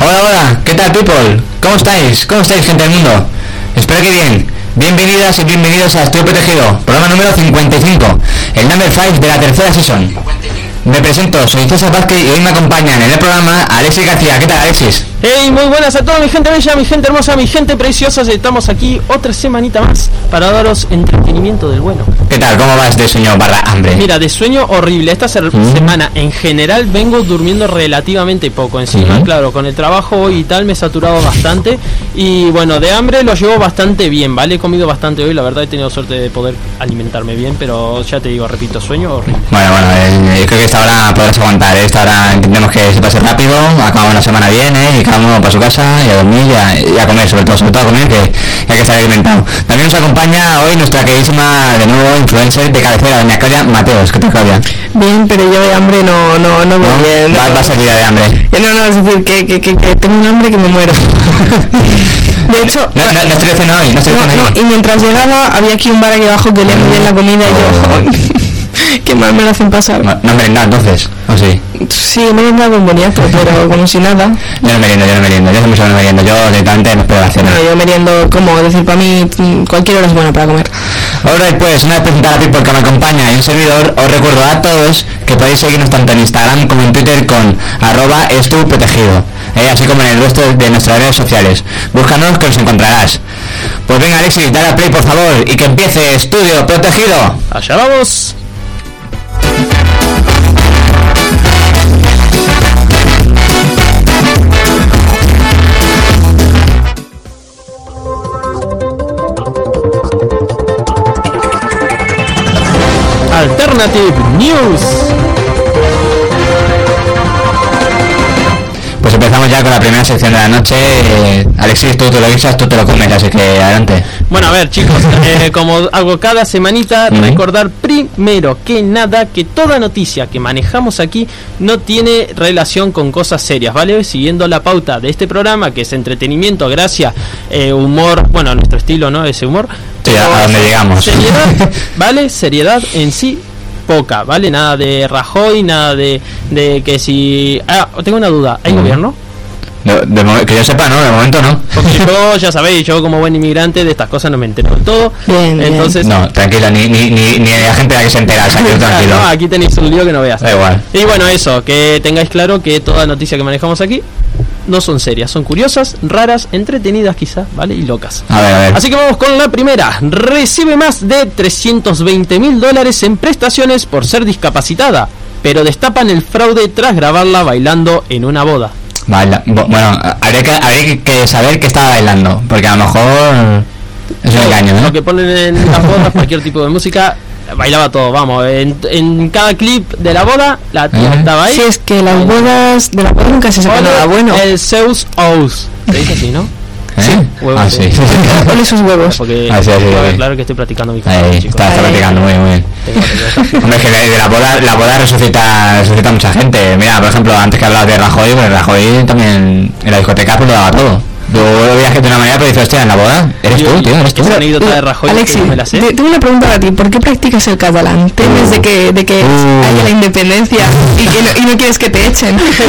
Hola, hola, ¿qué tal people? ¿Cómo estáis? ¿Cómo estáis gente del mundo? Espero que bien. Bienvenidas y bienvenidos a Estudio Protegido, programa número 55, el number 5 de la tercera season. Me presento, soy César Vázquez y hoy me acompañan en el programa Alexis García. ¿Qué tal Alexis? Hey, muy buenas a toda mi gente bella, mi gente hermosa, mi gente preciosa. Estamos aquí otra semanita más para daros entretenimiento del bueno. ¿Qué tal? ¿Cómo vas de sueño barra hambre? Mira, de sueño horrible. Esta ser- Mm. semana en general vengo durmiendo relativamente poco encima. Ujú. Claro, con el trabajo hoy y tal me he saturado bastante. Y bueno, de hambre lo llevo bastante bien, ¿vale? He comido bastante hoy, la verdad he tenido suerte de poder alimentarme bien, pero ya te digo, repito, sueño horrible. Bueno, bueno, eh, yo creo que esta hora podrás aguantar, ¿eh? esta hora entendemos que se pase rápido, acabamos la semana bien, ¿eh? y cada uno para su casa, y a dormir, y a, y a comer, sobre todo, sobre todo a comer, que, que hay que estar alimentado. También nos acompaña hoy nuestra queridísima, de nuevo, influencer de cabecera, doña Claudia Mateos, ¿qué tal Claudia? Bien, pero yo de hambre no, no, no voy bien. Va- vas a tirar de hambre. Yo no, no, es decir, que, que, que, que tengo un hambre que me muero. De hecho, No, no, no estoy de cena hoy, no estoy de no, cena hoy. no, y mientras llegaba había aquí un bar aquí abajo que le muy bien la comida y yo, qué mal me lo hacen No, pasar. no merendado, entonces, o sí. Sí, me he dado un boniazo, pero como si nada. Yo no meriendo, yo no meriendo, yo hace mucho que no meriendo, yo directamente no puedo hacer No, yo meriendo como, es decir, para mí mm, cualquier hora es buena para comer. Ahora pues, una vez presentada a People que me acompaña y un servidor, os recuerdo a todos que podéis seguirnos tanto en Instagram como en Twitter con arroba estuprotegido, eh, así como en el resto de nuestras redes sociales. Búscanos que os encontrarás. Pues venga Alexis, dale a play por favor y que empiece Estudio Protegido. Allá vamos. Alternative News. Pues empezamos ya con la primera sección de la noche. eh, Alexis, tú te lo guisas, tú te lo comes, así que adelante. Bueno, a ver chicos, eh, como hago cada semanita, Ujú. recordar primero que nada que toda noticia que manejamos aquí no tiene relación con cosas serias, ¿vale? Siguiendo la pauta de este programa, que es entretenimiento, gracia, eh, humor, bueno, nuestro estilo, ¿no? Ese humor. Sí, a- a Pero donde llegamos. Seriedad, ¿vale? Seriedad en sí. Poca, ¿vale? Nada de Rajoy, nada de, de que si... Ah, tengo una duda, ¿hay Ujú. gobierno? De- de mo- que yo sepa, ¿no? De momento no. Porque yo, ya sabéis, yo como buen inmigrante de estas cosas no me entero del todo. Bien, bien. Entonces, No, tranquila, ni, ni, ni, ni la gente la que se entera, o sea, que tú Ah, tranquilo. no, aquí tenéis un lío que no veas. Da igual. Y bueno, eso, que tengáis claro que toda noticia que manejamos aquí no son serias, son curiosas, raras, entretenidas quizá, ¿vale? Y locas. A ver, a ver. Así que vamos con la primera. Recibe más de 320 mil dólares en prestaciones por ser discapacitada, pero destapan el fraude tras grabarla bailando en una boda. Baila- bu- bueno, habría que, habría que- que saber que estaba bailando, porque a lo mejor es un engaño, ¿no? Lo que ponen en las bodas, cualquier tipo de música, bailaba todo, vamos. En, en cada clip de la boda, la tía Ajá. estaba ahí. Si es que las bodas, de las bodas nunca se saca Ole nada bueno. El Zeus Ous. Se dice así, ¿no? ¿Eh? huevo, ah, sí. sí. Ole sus huevos. Porque Ah, sí, sí, sí. claro que estoy practicando mi Ahí, canción, chicos. estás Ahí. practicando muy bien, muy bien. Tengo que- Hombre, es que de, de la boda, la boda resucita, resucita mucha gente. Mira, por ejemplo, antes que hablabas de Rajoy, bueno, Rajoy también en la discoteca pues lo daba todo. Tú lo veías que de una manera, pero dices, hostia, en la boda, eres Yo- tú, tío, eres tú. esa anécdota de Rajoy Alexis, que me la sé. te- tengo una pregunta para ti. ¿Por qué practicas el catalán? ¿Temes de que, de que Uh. haya la independencia y, que no, y no quieres que te echen? quieres que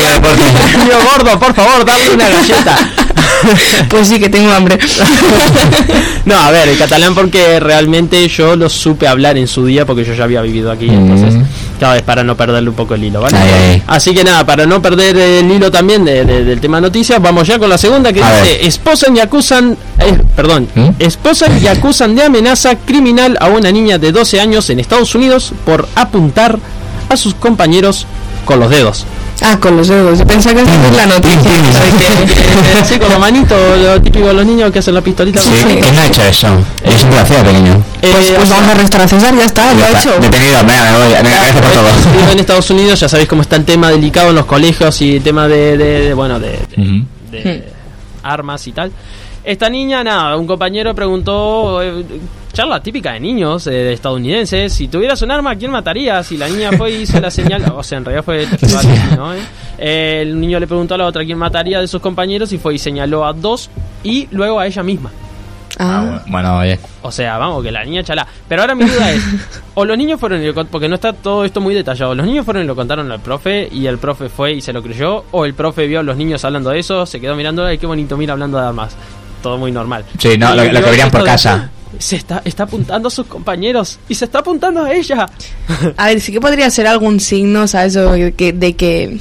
lo deporte? Tío gordo, por favor, dale una galleta. pues sí, que tengo hambre. No, a ver, el catalán porque realmente yo lo supe hablar en su día porque yo ya había vivido aquí, Mm. entonces cada vez para no perderle un poco el hilo, ¿vale? Ahí, ahí. Así que nada, para no perder el hilo también de- de- del tema noticias, vamos ya con la segunda que A dice, ver. esposan y acusan, eh, perdón, ¿Mm? esposan y acusan de amenaza criminal a una niña de 12 años en Estados Unidos por apuntar a sus compañeros con los dedos. Ah, con los dedos. Yo pensaba que esa es la noticia. Tin, tin. Sí, con la manito, lo típico de los niños que hacen la pistolita. Sí. ¿Quién no ha hecho eso? Yo siempre lo hacía pequeño. Eh, Pues, pues vamos a arrestar a César, ya está, lo ha Está hecho. Detenido, venga, me voy, venga, gracias por Vivo en este- todo. Estados Unidos, ya sabéis cómo está el tema delicado en los colegios y el tema de, de- de, bueno, de, de- Ujú. de armas y tal. Esta niña, nada, un compañero preguntó, eh, charla típica de niños eh, de estadounidenses, si tuvieras un arma, ¿a quién matarías? Y la niña fue y hizo la señal, o sea, en realidad fue el ¿no? Eh, eh, el niño le preguntó a la otra quién mataría de sus compañeros y fue y señaló a dos y luego a ella misma. Ah, Ah, bueno, oye. O sea, vamos, que la niña chalá. Pero ahora mi duda es, o los niños fueron y lo cont- porque no está todo esto muy detallado, los niños fueron y lo contaron al profe y el profe fue y se lo creyó, o el profe vio a los niños hablando de eso, se quedó mirando, ay, qué bonito, mira, hablando de armas. Todo muy normal. Sí, no, Y lo- lo vio que verían por esto de- casa. Se está, está apuntando a sus compañeros y se está apuntando a ella. A ver, sí que podría ser algún signo, ¿sabes? O de que, de que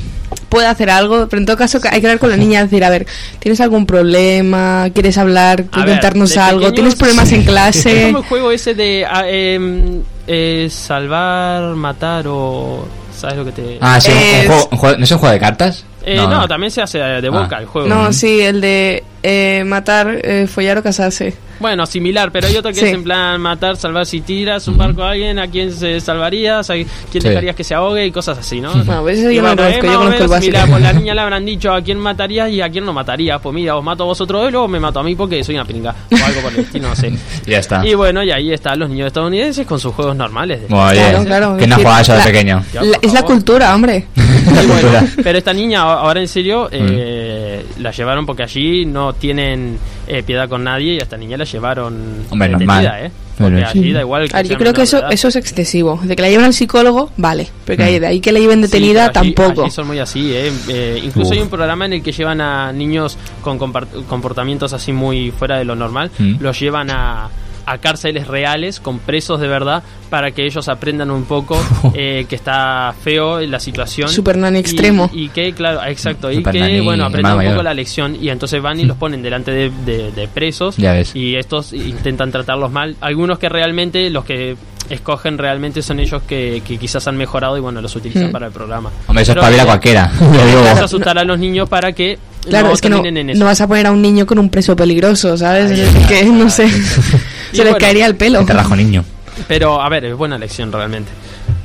pueda hacer algo, pero en todo caso hay que hablar con la niña, decir, a ver, ¿tienes algún problema? ¿Quieres hablar? A ver, ¿Contarnos de algo? pequeños- ¿Tienes problemas en Es clase? como el juego ese de ah, em, eh, salvar, matar o... ¿Sabes lo que te...? Ah, sí, un- Es- un juego, un juego- ¿no es un juego de cartas? Eh, no. también se hace de boca Ah. el juego. No, sí, el de eh, matar, eh, follar o casarse. Bueno, similar, pero hay otro que Sí. es en plan matar, salvar si tiras un barco a alguien, a quién se salvarías, a quién dejarías que se ahogue y cosas así, ¿no? Bueno, pues eso yo no lo es conozco, yo más o conozco el menos básico. similar, pues la niña le habrán dicho a quién matarías y a quién no matarías. Pues mira, os mato a vosotros dos y luego me mato a mí porque soy una pinga o algo por el estilo, no sé. Ya está. Y bueno, y ahí están los niños estadounidenses con sus juegos normales. de- Bueno, oye, Claro, claro, ¿quién no es jugaba eso de la- pequeño? Ya, La- por es la favor. cultura, hombre. Y bueno, Cultura. pero esta niña a- ahora en serio eh, la llevaron porque allí no tienen eh, piedad con nadie y a esta niña la llevaron Hombre, eh, normal. metida, ¿eh. Bueno, Porque sí. allí da igual que A ver, yo sea creo menor que de eso, edad. eso es excesivo. De que la lleven al psicólogo, vale. Pero que Mm. ahí- de ahí que la lleven Sí, pero detenida, allí- tampoco. allí son muy así, ¿eh? Eh, incluso Uf. hay un programa en el que llevan a niños con compar- comportamientos así muy fuera de lo normal, Mm. los llevan a, a cárceles reales con presos de verdad para que ellos aprendan un poco eh, que está feo la situación. Super nani Y- extremo. Y, que, claro, ah, exacto, y Super que, nani, bueno, aprendan hermano un mayor. poco la lección y entonces van y los ponen delante de, de- de presos Ya ves. y estos intentan tratarlos mal. Algunos que realmente, los que escogen realmente son ellos que, que quizás han mejorado y bueno, los utilizan Mm. para el programa. Hombre, eso es Pero para ver a que- cualquiera. que Yo digo, vas a asustar a los niños para que Claro, no es que no, terminen en eso. no vas a poner a un niño con un preso peligroso, ¿sabes? Ahí Es está, que, no sé, ahí se Y les bueno, caería el pelo. te rajo niño. Pero a ver, es buena lección realmente.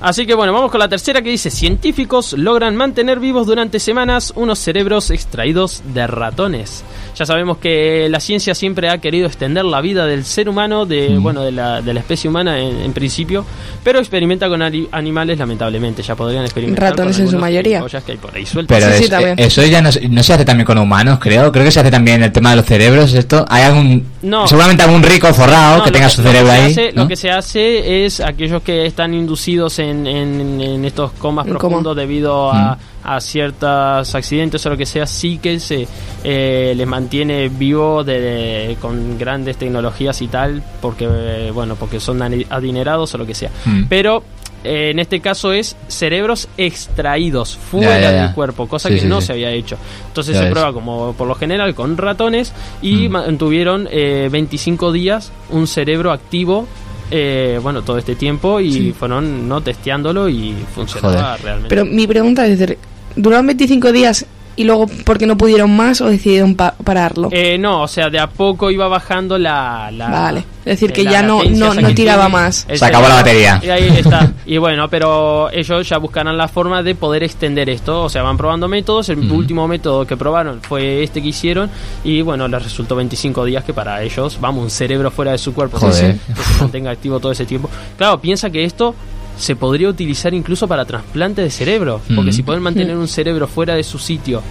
Así que bueno, vamos con la tercera que dice, científicos logran mantener vivos durante semanas unos cerebros extraídos de ratones. Ya sabemos que la ciencia siempre ha querido extender la vida del ser humano, de, bueno, de la, de la especie humana en, en principio, pero experimenta con ali- animales lamentablemente, ya podrían experimentar Ratones con en su algunos mayoría. gilipollas que hay por ahí sueltas. Pero Sí, sí, es- también. eso ya no, se- no se hace también con humanos, creo. Creo que se hace también el tema de los cerebros. Esto hay algún. No. Seguramente algún rico forrado No, que lo tenga su lo cerebro se ahí. hace- ¿no? Lo que se hace es aquellos que están inducidos en, en- en estos comas En coma. profundos debido a, Mm. a ciertos accidentes o lo que sea, sí que se eh, les mantiene vivo de, de- con grandes tecnologías y tal, porque eh, bueno, porque son ani- adinerados o lo que sea. Mm. Pero eh, en este caso es cerebros extraídos fuera ya, ya. del cuerpo, cosa Sí, que sí, no sí. se había hecho. Entonces Ya se ves. prueba como por lo general con ratones y Mm. mantuvieron eh, 25 días un cerebro activo. eh, bueno, todo este tiempo y Sí. fueron no testeándolo y funcionaba Joder. realmente. Pero mi pregunta es, decir, ¿duraron 25 días y luego porque no pudieron más o decidieron pa- pararlo? Eh, no, o sea, de a poco iba bajando la. la- Vale. Es decir, eh, que la ya no- latencia no- esa no que tiraba tiene. más. El Se acabó la cerebro- batería. Y ahí está. Y bueno, pero ellos ya buscarán la forma de poder extender esto. O sea, van probando métodos. El Ujú. último método que probaron fue este que hicieron. Y bueno, les resultó 25 días que para ellos, vamos, un cerebro fuera de su cuerpo. Joder. Que se mantenga activo todo ese tiempo. Claro, piensa que esto. Se podría utilizar incluso para trasplante de cerebro, porque Ujú. si pueden mantener un cerebro fuera de su sitio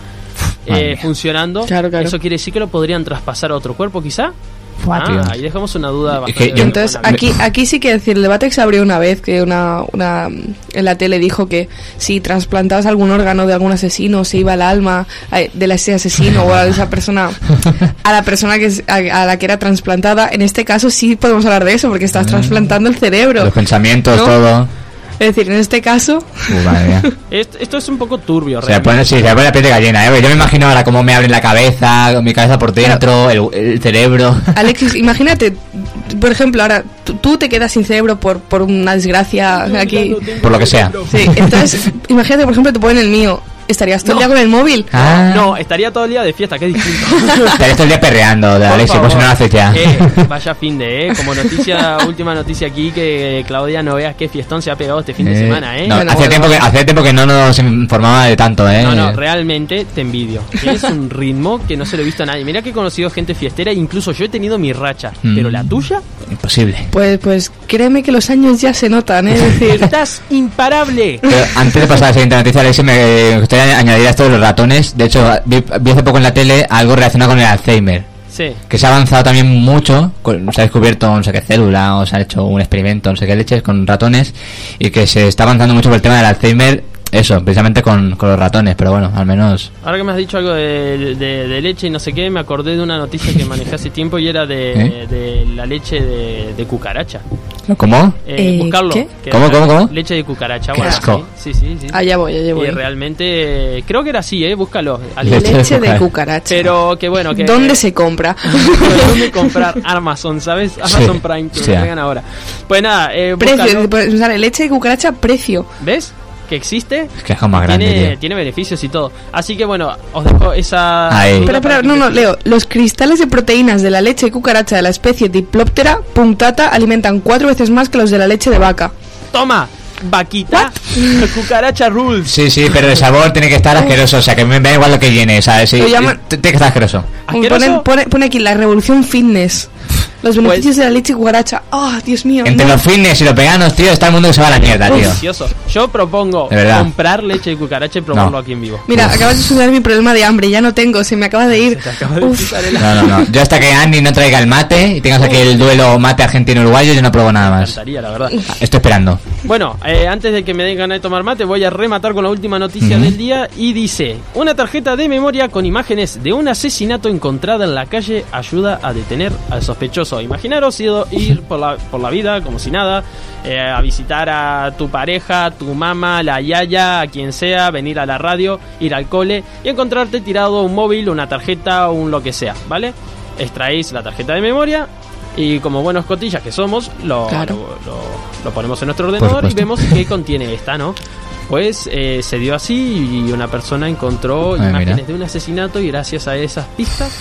Madre eh, mía. funcionando, Claro, claro. eso quiere decir que lo podrían traspasar a otro cuerpo, quizá. Buah, Ah, tío. ahí dejamos una duda Es bastante. que yo- Entonces, buena. aquí, aquí sí que decir, el debate que se abrió una vez, que una, una en la tele dijo que si trasplantabas algún órgano de algún asesino, se iba el alma eh, de la- ese asesino o a esa persona, a la persona que es- a, a la que era trasplantada. En este caso sí podemos hablar de eso, porque estás trasplantando el cerebro. Los pensamientos, ¿No? todo. Es decir, en este caso, Uh, madre mía. Est- esto es un poco turbio, Se le realmente. pone, sí, se le pone la piel de gallina, ¿eh? Yo me imagino ahora cómo me abren la cabeza, con mi cabeza por dentro, el, el cerebro. Alex, imagínate, por ejemplo, ahora tú, tú te quedas sin cerebro por, por una desgracia Ah, aquí. Por lo que sea. Sí, entonces, imagínate, por ejemplo, te ponen el mío. estarías todo el día con el móvil. Ah, No, estaría todo el día de fiesta, que es distinto. Te estoy el día perreando, Por dale, si favor. pues no lo haces ya. Eh, vaya fin de, eh. Como noticia, última noticia aquí, que Claudia no veas qué fiestón se ha pegado este fin de Eh, semana, eh. no, Bueno, hace, bueno. tiempo que, hace tiempo que no nos informaba de tanto, eh. No, no, realmente te envidio. Es un ritmo que no se lo he visto a nadie. Mira que he conocido gente fiestera, incluso yo he tenido mi racha. Mm. Pero la tuya, Imposible. Pues, pues créeme que los años ya se notan, ¿eh? es decir, estás imparable. Pero antes de pasar a la siguiente noticia, Alexis, me gustaría añadir a esto de los ratones. De hecho, vi, vi hace poco en la tele algo relacionado con el Alzheimer. Sí. Que se ha avanzado también mucho, con- se ha descubierto no sé qué célula, o se ha hecho un experimento, no sé qué leches, con ratones, y que se está avanzando mucho por el tema del Alzheimer, eso, precisamente con, con los ratones, pero bueno, al menos... Ahora que me has dicho algo de, de- de leche y no sé qué, me acordé de una noticia que manejé hace tiempo y era de, ¿Eh? de la leche de, de cucaracha. ¿Cómo? Eh, Eh, buscarlo. ¿qué? que ¿Cómo, era cómo, cómo? Leche de cucaracha. Qué bueno, asco. Sí, sí, sí. sí. allá voy, allá voy. Y realmente, eh, creo que era así, ¿eh? Búscalo. Ale. Leche de Leche de cucaracha. cucaracha. Pero que bueno, que... ¿Dónde se compra? Pero ¿Dónde comprar Amazon, sabes? Amazon Sí, Prime, que sí. me lo pegan ahora. Pues nada, eh, precio, búscalo. pues, sale leche de cucaracha, precio. ¿Ves? Que existe. Es que es como más grande, Tiene, tío. tiene beneficios y todo. Así que bueno, os dejo esa... Ahí. duda Espera, para espera, Eh, que no, no, pienses. Leo. Los cristales de proteínas de la leche de cucaracha de la especie Diploptera punctata alimentan cuatro veces más que los de la leche de vaca. Toma, vaquita, cucaracha rules. Sí, sí, pero el sabor tiene que estar asqueroso, o sea, que me da igual lo que llene, ¿sabes? Sí, Lo llaman- t- tiene que estar asqueroso. Como ¿Asqueroso? Pone, pone- pone aquí la revolución fitness. Pues Los beneficios de la leche de cucaracha. ¡Ah, Dios mío! Entre no. los fitness y los veganos, tío, está el mundo que se va a la mierda, tío. Delicioso. Yo propongo De verdad. comprar leche de cucaracha y probarlo No. aquí en vivo. Mira, acabas de solucionar mi problema de hambre. Ya no tengo, se me acaba de ir. Te acabo de Uf. pisar el- No, no, no. Yo hasta que Andy no traiga el mate y tengas aquí el duelo mate argentino-uruguayo, yo no pruebo nada Me más. encantaría, la verdad. Estoy esperando. Bueno, eh, antes de que me den ganas de tomar mate, voy a rematar con la última noticia Ujú. del día y dice, una tarjeta de memoria con imágenes de un asesinato encontrada en la calle ayuda a detener al sospechoso. Imaginaros ido- ir por la, por la vida como si nada, eh, a visitar a tu pareja, tu mamá, la yaya, a quien sea, venir a la radio, ir al cole y encontrarte tirado un móvil, una tarjeta, un lo que sea, ¿vale? Extraéis la tarjeta de memoria. Y como buenos cotillas que somos, lo, Claro. lo- lo, lo ponemos en nuestro ordenador y supuesto. vemos qué contiene esta, ¿no? Pues eh, se dio así y una persona encontró Ah, imágenes mira. de un asesinato y gracias a esas pistas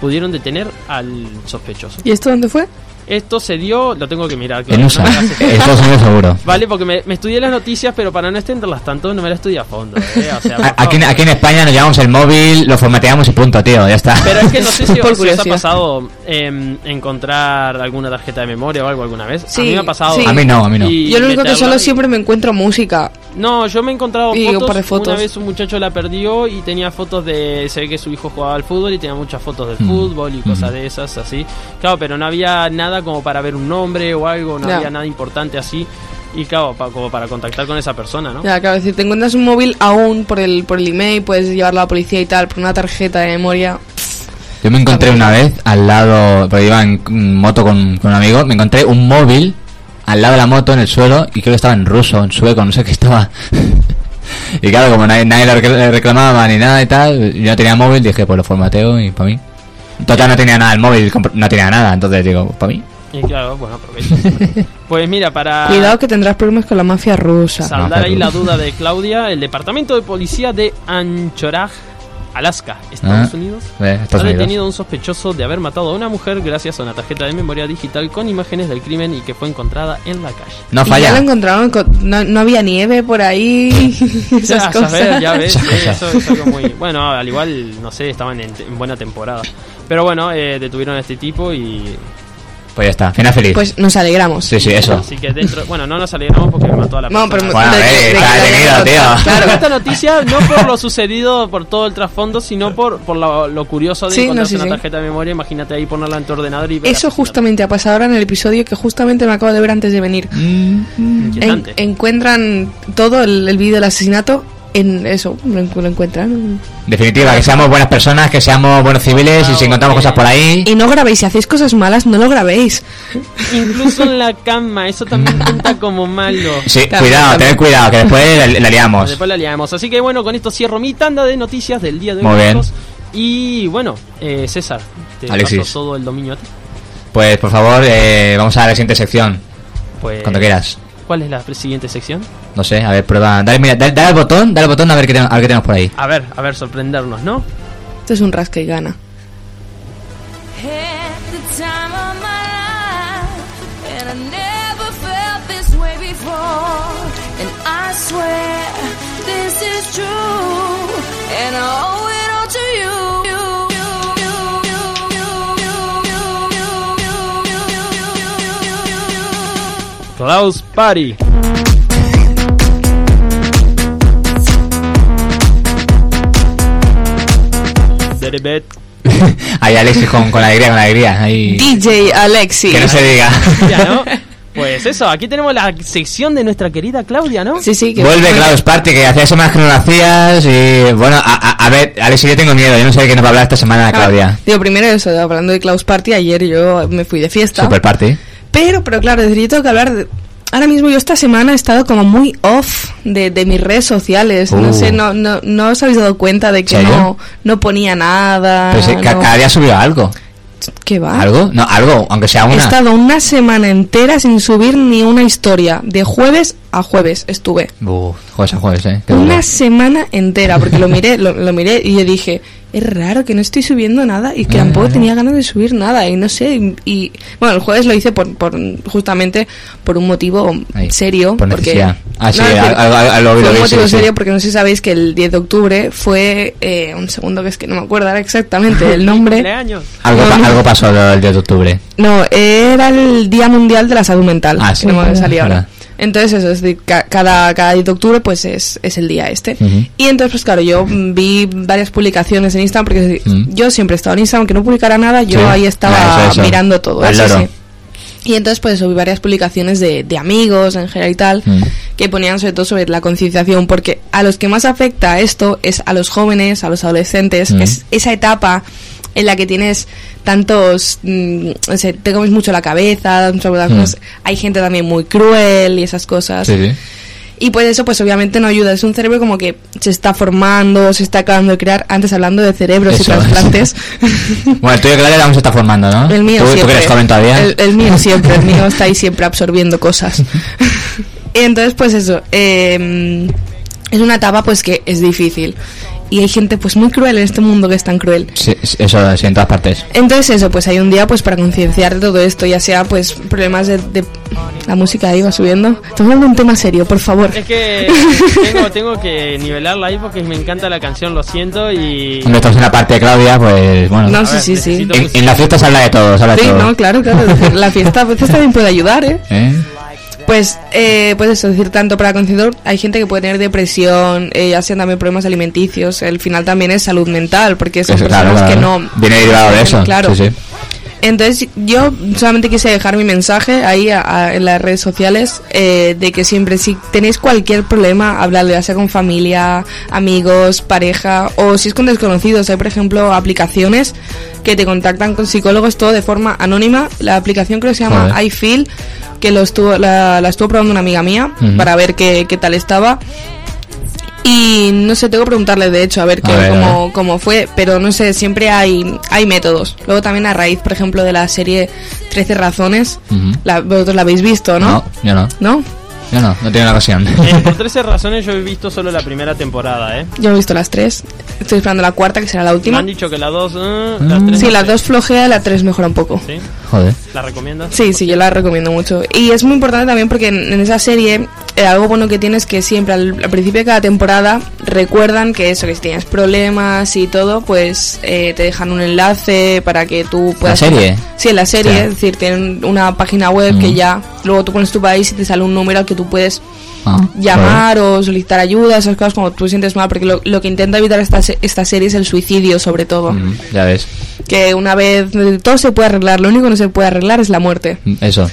pudieron detener al sospechoso. ¿Y esto dónde fue? Esto se dio, lo tengo que mirar. claro, En no USA. me hagas- Estados Unidos seguro. Vale, porque me, me estudié las noticias, pero para no extenderlas tanto no me las estudié a fondo. ¿eh? O sea, por A- Aquí, en- favor. aquí en España nos llevamos el móvil, lo formateamos y punto, tío, ya está. Pero es que no sé si, Por si os ha curiosidad. pasado em, encontrar alguna tarjeta de memoria o algo alguna vez. a mí Sí, me ha pasado. sí. A mí no, a mí no. Y Yo lo único que meterla solo y- siempre me encuentro música. No, yo me he encontrado Y un fotos, par de fotos. Una vez un muchacho la perdió y tenía fotos de. Se ve que su hijo jugaba al fútbol y tenía muchas fotos del Mm. fútbol y cosas Mm. de esas, así. Claro, pero no había nada como para ver un nombre o algo, no Ya. había nada importante así. Y claro, pa- como para contactar con esa persona, ¿no? Ya, claro, si te encuentras un móvil aún por el, por el email, puedes llevarlo a la policía y tal, por una tarjeta de memoria. Yo me encontré una vez al lado, porque iba en mm, moto con, con un amigo, me encontré un móvil al lado de la moto en el suelo y creo que estaba en ruso, en sueco, no sé qué estaba. y claro, como nadie, nadie lo recla- le reclamaba ni nada y tal, yo no tenía móvil, dije, pues lo formateo y para mí. Total, no tenía nada el móvil, compro- no tenía nada, entonces digo, para mí. Y claro, bueno, aprovecho. pues mira, para. Cuidado que tendrás problemas con la mafia rusa. Sa- Saldar ahí Ajá. la duda de Claudia, el departamento de policía de Anchorage, Alaska, Estados Ah, Unidos, eh, Estados ha Unidos. detenido a un sospechoso de haber matado a una mujer gracias a una tarjeta de memoria digital con imágenes del crimen y que fue encontrada en la calle. No Y ya Ah, falla. lo encontraron, con- no, no había nieve por ahí, esas ya, cosas. sabes, ya ves, Esas sí, cosas. eso es algo muy... Bueno, al igual, no sé, estaban en, en buena temporada. Pero bueno, eh, detuvieron a este tipo y... Pues ya está, final feliz. Pues nos alegramos. sí, sí, eso. Así que dentro... Bueno, no nos alegramos porque mató a la No, pero persona. Bueno, a de- ver, de- de- está de- detenido, tío. Claro, esta noticia no por lo sucedido, por todo el trasfondo, sino por, por lo, lo curioso de Sí, no, encontrarse sí, una sí. tarjeta de memoria. Imagínate ahí ponerla en tu ordenador y ver Eso asesinato. justamente ha pasado ahora en el episodio que justamente me acabo de ver antes de venir. En- Inquietante. encuentran todo el, el vídeo del asesinato en eso, lo, en- lo encuentran. Definitiva, que seamos buenas personas, que seamos buenos civiles y si encontramos cosas eh. por ahí. Y no grabéis, si hacéis cosas malas, no lo grabéis. Incluso en la cama, eso también cuenta como malo. Sí, También, cuidado, también. tened cuidado, que después la, la liamos. Después la liamos. Así que bueno, con esto cierro mi tanda de noticias del día de hoy. Muy bien. chicos. Y bueno, eh, César, te Alexis. paso todo el dominio a ti. Pues por favor, eh, vamos a la siguiente sección, Pues, cuando quieras. ¿Cuál es la siguiente sección? No sé, a ver, prueba. Dale, mira, dale, dale al botón, dale al botón a ver qué tenemos, a ver qué tenemos por ahí. A ver, a ver, sorprendernos, ¿no? Esto es un rasca y gana. Had the time of my life, and I never felt this way before. And I swear this is true, and I owe it all to you. Klaus Party. Derebet. Ahí Alexis con, con alegría, con alegría. Ahí. DJ Alexi. Que no se diga. Ya, ¿no? Pues eso, aquí tenemos la sección de nuestra querida Claudia, ¿no? Sí, sí, que Vuelve Klaus Party, que hacía semanas que no lo hacías y bueno, a, a- a ver, Alexis, yo tengo miedo, yo no sé de qué nos va a hablar esta semana Ah, Claudia. Digo, primero eso, hablando de Klaus Party, ayer yo me fui de fiesta. Super Party. Pero, pero claro, es decir, yo tengo que hablar de... Ahora mismo yo esta semana he estado como muy off de, de mis redes sociales. Uh. No sé, no, no, no os habéis dado cuenta de que ¿Serio? no, no ponía nada. Pero sí, ca- Ah, no- Ah. cada día ha subido algo. ¿Qué va? ¿Algo? No, algo, aunque sea He una. estado una semana entera sin subir ni una historia. De jueves a jueves estuve. Uf, jueves a jueves, eh. Qué duro. Una semana entera, porque lo miré, lo, lo miré y yo dije, es raro que no estoy subiendo nada y Ah. que tampoco tenía ganas de subir nada y no sé, y, y- bueno, el jueves lo hice por, por justamente por un motivo Ahí, serio, por porque necesidad. Ah, sí, es al- que al- al- al- lo vi, fue lo vi, un motivo sí, sí. serio porque no sé si sabéis que el 10 de octubre fue eh, un segundo que es que no me acuerdo ahora exactamente el nombre. Cumpleaños. Algo, pa- No, no. algo pasó el 10 de octubre. No, era el Día Mundial de la Salud Mental, Ah, ah, sí. no me salía ahora. Ahora. Entonces eso, es decir, ca- cada, cada 10 de octubre pues es, es el día este. Ujú. Y entonces pues claro, yo mm, vi varias publicaciones en Instagram, porque es decir, Mm. yo siempre he estado en Instagram, que no publicara nada, yo Sí. ahí estaba Ah, eso, eso. mirando todo. Al eso loro. sí. Y entonces pues subí varias publicaciones de, de amigos en general y tal, Mm. que ponían sobre todo sobre la concienciación, porque a los que más afecta esto es a los jóvenes, a los adolescentes, Mm. que es esa etapa en la que tienes tantos, mm, no sé, te comes mucho la cabeza, muchas cosas. Mm. hay gente también muy cruel y esas cosas. Sí, sí. Y pues eso, pues obviamente no ayuda. Es un cerebro como que se está formando, se está acabando de crear. Antes hablando de cerebros y Eso. trasplantes. Bueno, el tuyo, Claudia, aún se está formando, ¿no? El mío ¿Ah? ¿Tú, siempre. ¿Tú que eres joven todavía? El, el mío siempre, el mío está ahí siempre absorbiendo cosas. Y Entonces, pues eso, eh, es una etapa pues que es difícil. Y hay gente pues muy cruel en este mundo que es tan cruel. Sí, sí, eso, sí, en todas partes. Entonces eso, pues hay un día pues para concienciar de todo esto, ya sea pues problemas de... de- La música ahí va subiendo. Estamos hablando de un tema serio, por favor. Es que tengo, tengo que nivelarla ahí porque me encanta la canción, lo siento, y... Cuando estamos en la parte de Claudia, pues bueno. No, A sí, ver, sí, sí. necesito En, música. en la fiesta se habla de todo, se habla de Sí, todo. no, claro, claro. es decir, La fiesta a veces también puede ayudar, ¿eh? ¿Eh? Pues, eh, pues eso, es decir, tanto para concienciar, hay gente que puede tener depresión, eh, ya sean también problemas alimenticios, el final también es salud mental, porque son Eso, personas que no... Viene derivado de eso. Claro. Sí, sí. Entonces, yo solamente quise dejar mi mensaje ahí a- a- en las redes sociales eh, de que siempre, si tenéis cualquier problema, habladlo, ya sea con familia, amigos, pareja, o si es con desconocidos. Hay, por ejemplo, aplicaciones que te contactan con psicólogos, todo de forma anónima. La aplicación creo que se llama Joder. iFeel, que lo estuvo, la, la estuvo probando una amiga mía Ujú. para ver qué, qué tal estaba. Y no sé, tengo que preguntarle de hecho a ver, A qué- ver, a cómo, ver. cómo fue, pero no sé, siempre hay, hay métodos. Luego también a raíz, por ejemplo, de la serie 13 razones, Ujú. la- vosotros la habéis visto, ¿no? yo no. ¿No? Yo no, no tengo la ocasión. Eh, por 13 razones yo he visto solo la primera temporada, ¿eh? Yo he visto las tres, estoy esperando la cuarta, que será la Me última. han dicho que la 2... las tres Mm, Sí, no la sé. dos flojea, la tres mejora un poco. ¿Sí? Joder. ¿La recomiendas? Sí, sí, yo la recomiendo mucho. Y es muy importante también porque en, en esa serie eh, algo bueno que tienes que siempre al, al principio de cada temporada recuerdan que eso, que si tienes problemas y todo, pues eh, te dejan un enlace para que tú puedas... serie? Mm. Sí, en la serie, Claro. es decir, tienen una página web que ya luego tú pones tu país y te sale un número al que tú puedes Ah, llamar o solicitar ayuda, esas cosas cuando tú sientes mal, porque lo, lo que intenta evitar esta, se- esta serie es el suicidio sobre todo. joder. Mm, ya ves. Que una vez todo se puede arreglar, lo único que no se puede arreglar es la muerte. Mm, Eso.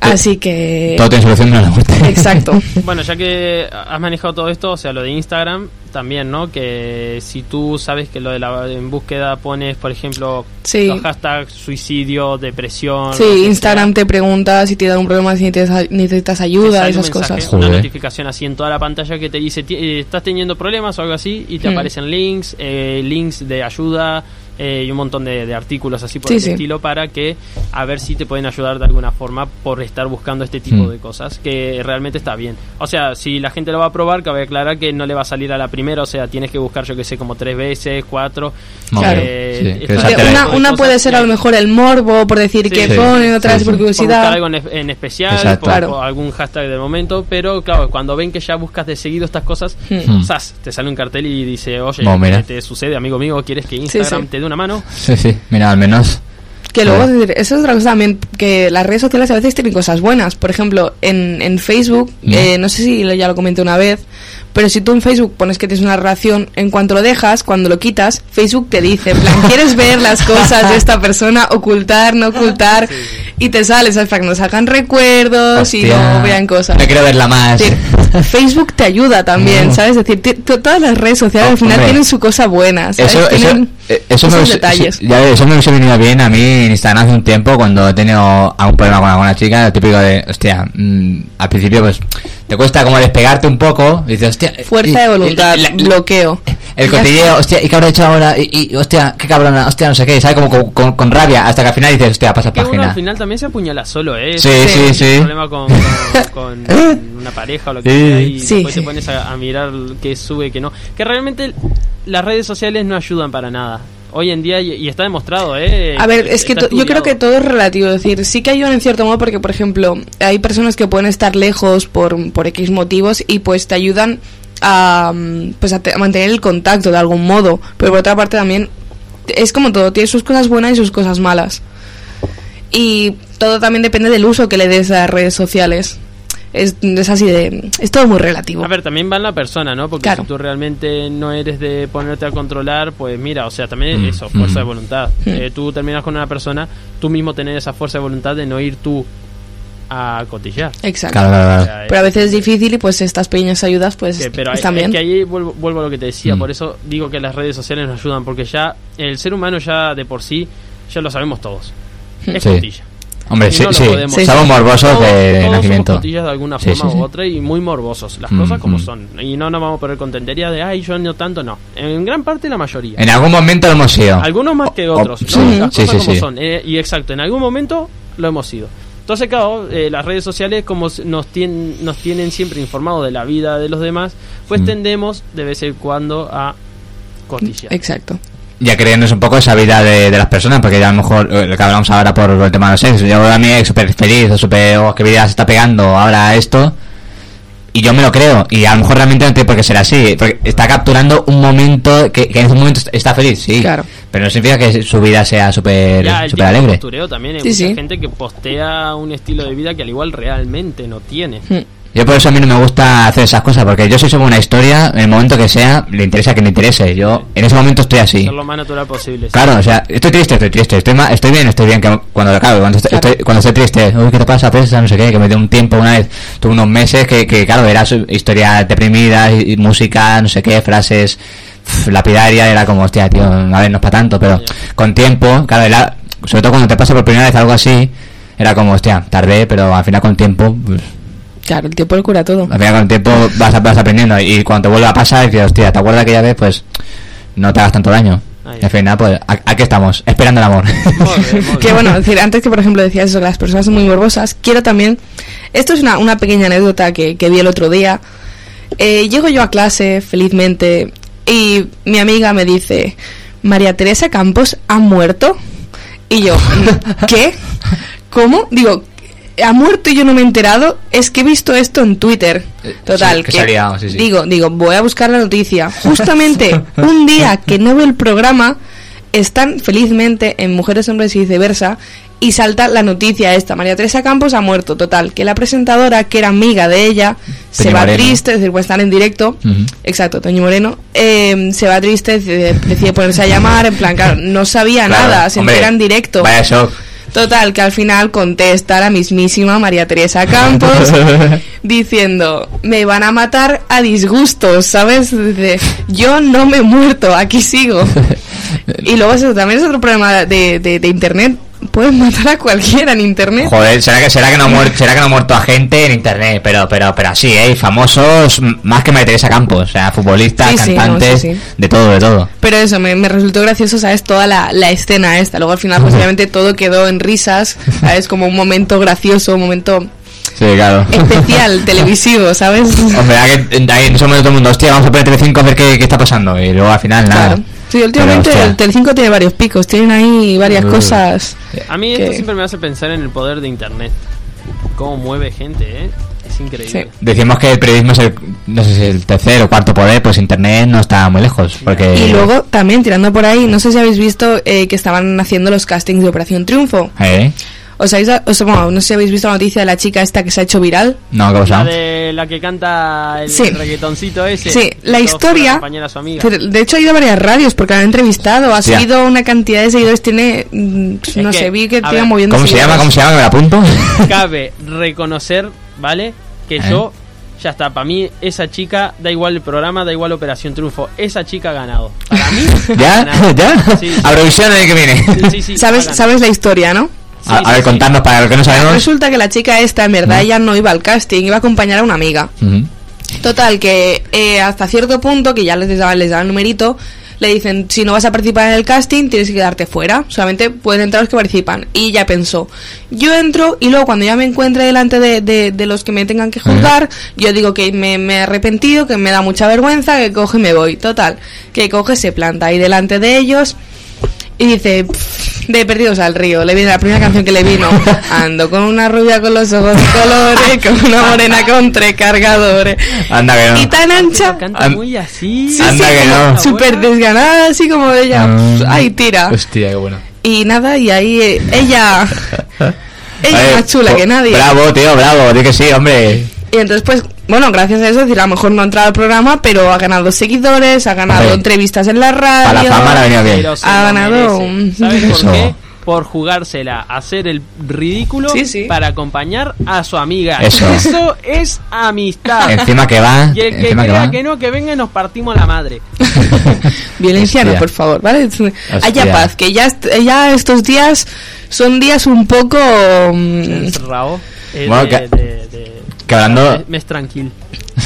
Así que... Todo tiene solución menos la muerte. Exacto. Bueno, ya que has manejado todo esto, o sea, lo de Instagram también, ¿no? Que si tú sabes que lo de la en búsqueda pones, por ejemplo, Sí. los hashtags suicidio, depresión. lo Sí, que Instagram sea, te pregunta si te da un problema, si necesitas, necesitas te ayuda, sale un esas mensaje, cosas. Una Joder. notificación así en toda la pantalla que te dice, "Ti- eh, estás teniendo problemas o algo así, y te Hmm. aparecen links, eh, links de ayuda, eh, y un montón de, de artículos así por Sí, el sí. estilo para que a ver si te pueden ayudar de alguna forma por estar buscando este tipo Mm. de cosas que realmente está bien. O sea, si la gente lo va a probar, cabe aclarar que no le va a salir a la primera, o sea, tienes que buscar yo que sé como tres veces, cuatro. Claro. eh, Sí, que está sea Porque bien. tele- una, una puede ser a lo mejor el morbo por decir Sí. que Sí. ponen otra Sí, vez sí. por buscar curiosidad. algo en, es- en especial, Exacto. por, Claro. por algún hashtag del momento, pero claro, cuando ven que ya buscas de seguido estas cosas, Hmm. zas, te sale un cartel y dice, oye, Bueno, mira. ¿qué te sucede, amigo mío? ¿Quieres que Instagram sí. te dé una mano? Sí, sí, mira, al menos. Que luego, Claro. decir, eso es otra cosa también, que las redes sociales a veces tienen cosas buenas. Por ejemplo, en, en Facebook, Ya. eh, no sé si lo- ya lo comenté una vez, pero si tú en Facebook pones que tienes una relación, en cuanto lo dejas, cuando lo quitas, Facebook te dice, en plan, ¿quieres ver las cosas de esta persona? Ocultar, no ocultar, y te sales, ¿sabes? Para que no salgan recuerdos y Hostia, no vean cosas. No quiero verla más. Sí. Facebook te ayuda también, Mm. ¿sabes? Es decir, ti- to- todas las redes sociales Oh, al final hombre. tienen su cosa buena, ¿sabes? Eso, eso, Tienen eh, eso, me esos hubiese- detalles. sí, ya, eso me hubiese venido bien a mí en Instagram hace un tiempo cuando he tenido algún problema con alguna chica, lo típico de, hostia, mm, al principio pues te cuesta como despegarte un poco, y dices, hostia... eh, Fuerza y- de voluntad, y- la- bloqueo. El Ya cotilleo, hostia, ¿y qué habrá hecho ahora? Y, y, hostia, qué cabrona, hostia, no sé qué, ¿sabes? Como con, con- con rabia, hasta que al final dices, hostia, pasa Que uno al página. final también se apuñala solo, ¿eh? Sí, Ese sí, es sí. ¿Eh? el problema con, con- con una pareja o lo que Sí. sea y Sí. después te pones a, a mirar qué sube, qué no. Que realmente las redes sociales no ayudan para nada. Hoy en día, y, y está demostrado, ¿eh? A ver, es que Está to- yo creo estudiado. que todo es relativo. Es decir, sí que ayudan en cierto modo porque, por ejemplo, hay personas que pueden estar lejos por, por X motivos y pues te ayudan a, mm, pues, a te- a mantener el contacto de algún modo. Pero por otra parte también es como todo, tiene sus cosas buenas y sus cosas malas. Y todo también depende del uso que le des a redes sociales. Es, es así de... Es todo muy relativo. A ver, también va en la persona, ¿no? Porque Claro. si tú realmente no eres de ponerte a controlar, pues mira, o sea, también Mm, eso, fuerza de mm. voluntad. Eh, tú terminas con una persona, tú mismo tener esa fuerza de voluntad de no ir tú a cotillar. Exacto. Claro, claro, claro. O sea, Pero a veces es difícil y pues estas pequeñas ayudas pues Que- pero hay- están es bien. que ahí vuelvo, vuelvo a lo que te decía, Mm. por eso digo que las redes sociales nos ayudan, porque ya el ser humano ya de por sí, ya lo sabemos todos. Es Sí. cotilla. Hombre, Y sí, no lo sí, podemos- Sí, estamos sí. morbosos Todos- de todos nacimiento. somos cotillas de alguna Sí, forma sí, sí. u otra y muy morbosos, las Mm, cosas como mm. son. Y no nos vamos a poner con tonterías de, ay, yo no tanto, no. En gran parte la mayoría. En algún momento lo hemos sido. Algunos más que Eh, O- otros. o- ¿no? sí, Las sí, cosas sí, como sí. son. Eh, y exacto, en algún momento lo hemos sido. Entonces, claro, eh, las redes sociales, como s- nos, tienen nos tienen siempre informados de la vida de los demás, pues Mm. tendemos de vez en cuando a cotillear. Exacto. ya creernos un poco esa vida de, de las personas, porque ya a lo mejor eh, lo que hablamos ahora por el tema de los sexos, yo ahora mi ex súper feliz, o súper, oh, qué vida se está pegando ahora esto, y yo me lo creo, y a lo mejor realmente no tiene por qué ser así, porque está capturando un momento que, que en ese momento est- está feliz, sí, Claro. pero no significa que su vida sea súper Ya, el súper tipo alegre. postureo también. Hay Sí, mucha sí. gente que postea un estilo de vida que al igual realmente no tiene. Mm. Yo por eso a mí no me gusta hacer esas cosas, porque yo si subo una historia, en el momento que sea, le interesa a quien le interese, yo en ese momento estoy así. Ser lo más natural posible. sí. Claro, o sea, estoy triste, estoy triste, estoy, ma- estoy bien, estoy bien, que cuando lo acabe, cuando estoy, Claro. estoy- cuando estoy triste, uy, ¿qué te pasa, presa? No sé qué, que me dio un tiempo una vez, tuve unos meses que, que claro, era su- historias deprimidas, y, y música, no sé qué, frases pf, lapidarias, era como, hostia, tío, a ver, no es para tanto, pero con tiempo, claro, era- sobre todo cuando te pasa por primera vez algo así, era como, hostia, tardé, pero al final con tiempo, pues, Claro, el tiempo lo cura todo. al final con el tiempo vas, vas aprendiendo y cuando te vuelve a pasar dices, hostia, ¿te acuerdas aquella vez? Pues no te hagas tanto daño. Ahí. Y al final, pues a- aquí estamos, esperando el amor. Muy bien, muy Que bien. bueno, es decir, antes que por ejemplo decías eso, que las personas son muy morbosas, quiero también, esto es una, una pequeña anécdota que, que vi el otro día, Eh, llego yo a clase felizmente y mi amiga me dice, María Teresa Campos ha muerto. Y yo, ¿qué? ¿Cómo? Digo, ha muerto y yo no me he enterado, es que he visto esto en Twitter. Eh, Total, sí, que se ha liado, sí, sí. digo, digo, voy a buscar la noticia. Justamente un día que no veo el programa, están felizmente en Mujeres, Hombres y Viceversa y salta la noticia esta. María Teresa Campos ha muerto, total, que la presentadora, que era amiga de ella, se Toñi va Moreno. triste, es decir, pues están en directo, Ujú. exacto, Toño Moreno, eh, se va triste, decide, decide ponerse a llamar, en plan, claro, no sabía Claro, nada, se hombre, entera en directo. Vaya shock. Total, que al final contesta la mismísima María Teresa Campos diciendo, me van a matar a disgustos, ¿sabes? Dice, yo no me he muerto, aquí sigo. Y luego eso también es otro problema de, de- de Internet, Puedes matar a cualquiera en internet. Joder, será que será que no ha muerto, será que no ha muerto a gente en internet, pero pero pero así, eh, Y famosos m- más que María Teresa Campos, o sea, futbolistas, Sí, sí, no, cantantes, sí, sí. de todo, de todo. Pero eso, me, me resultó gracioso, ¿sabes? Toda la, la escena esta. Luego al final, pues obviamente todo quedó en risas, ¿sabes? Como un momento gracioso, un momento Sí, claro. especial televisivo, ¿sabes? Hombre, ahí en ahí en ese momento todo el mundo, hostia, vamos a poner Telecinco a ver qué, qué está pasando y luego al final nada. Claro. Sí, últimamente Pero, hostia. el Telecinco tiene varios picos, tienen ahí varias Mm. cosas. A mí que- esto siempre me hace pensar en el poder de internet. Cómo mueve gente, ¿eh? Es increíble. Sí. Decimos que el periodismo es el, no sé si el tercer o cuarto poder, pues internet no está muy lejos, porque Y luego también tirando por ahí, no sé si habéis visto eh, que estaban haciendo los castings de Operación Triunfo. ¿Eh? ¿Os habéis, da- os- bueno, no sé si habéis visto la noticia de la chica esta que se ha hecho viral. No, ¿qué ha La pasado? de la que canta el Sí. reggaetoncito ese. Sí, Todo la fuera historia. compañera, su amiga. pero De hecho, ha ido a varias radios porque la han entrevistado. Ha Hostia. subido una cantidad de seguidores. Tiene. mm, no que, sé, vi que a tenía ver, moviendo. ¿Cómo se llama? ¿Cómo seguidores. se llama? Que me la apunto. Cabe reconocer, ¿vale? Que ¿Eh? yo, ya está, para mí esa chica, da igual el programa, da igual Operación Triunfo, esa chica ha ganado. Para mí, ha ¿Ya? ganado. ¿Ya? Sí, sí. A Eurovisión el año que viene. Sí, sí, sí, ¿Sabes, ha ganado. sabes la historia, ¿no? a, Sí, a sí, ver, sí. contadnos para los que no sabemos. Resulta que la chica esta, en verdad, Mm. ella no iba al casting, iba a acompañar a una amiga. Ujú. Total, que eh, hasta cierto punto, que ya les daban, les daban el numerito, le dicen, si no vas a participar en el casting, tienes que quedarte fuera. Solamente pueden entrar los que participan. Y ya pensó, yo entro y luego cuando ya me encuentre delante de, de- de los que me tengan que juzgar, yo digo que me, me he arrepentido, que me da mucha vergüenza, que coge y me voy. Total, que coge, se planta ahí delante de ellos. Y dice, "Pff, de perdidos al río, le viene la primera canción que le vino. Ando con una rubia con los ojos de colores, con una morena con tres cargadores. Anda que no. Y tan ancha, Canta An- muy así. Sí, Anda sí, que no. súper desganada, así como ella. Ah. Ay, pues, tira. Hostia, qué bueno. Y nada, y ahí eh, ella. Ella Oye, es más chula po- que nadie. pues, Bravo, tío, bravo, di que sí, hombre. Y entonces, pues, bueno, gracias a eso, es decir, a lo mejor no ha entrado al programa, pero ha ganado seguidores, ha ganado Hombre. entrevistas en la radio. Para la fama la venía Ah, bien. Pero se Ha lo ganado merece. un- ¿Sabes Eso. por qué? Por jugársela, hacer el ridículo Sí, sí. para acompañar a su amiga. Eso. es amistad. Encima que va. Y el que encima que crea va. que no, que venga y nos partimos la madre. Violencia no, Hostia. por favor, ¿vale? Haya paz, que ya, est- ya estos días son días un poco... mm, Es Rao. eh, Bueno, de- que- de- de- que hablando- Me, me es tranquilo.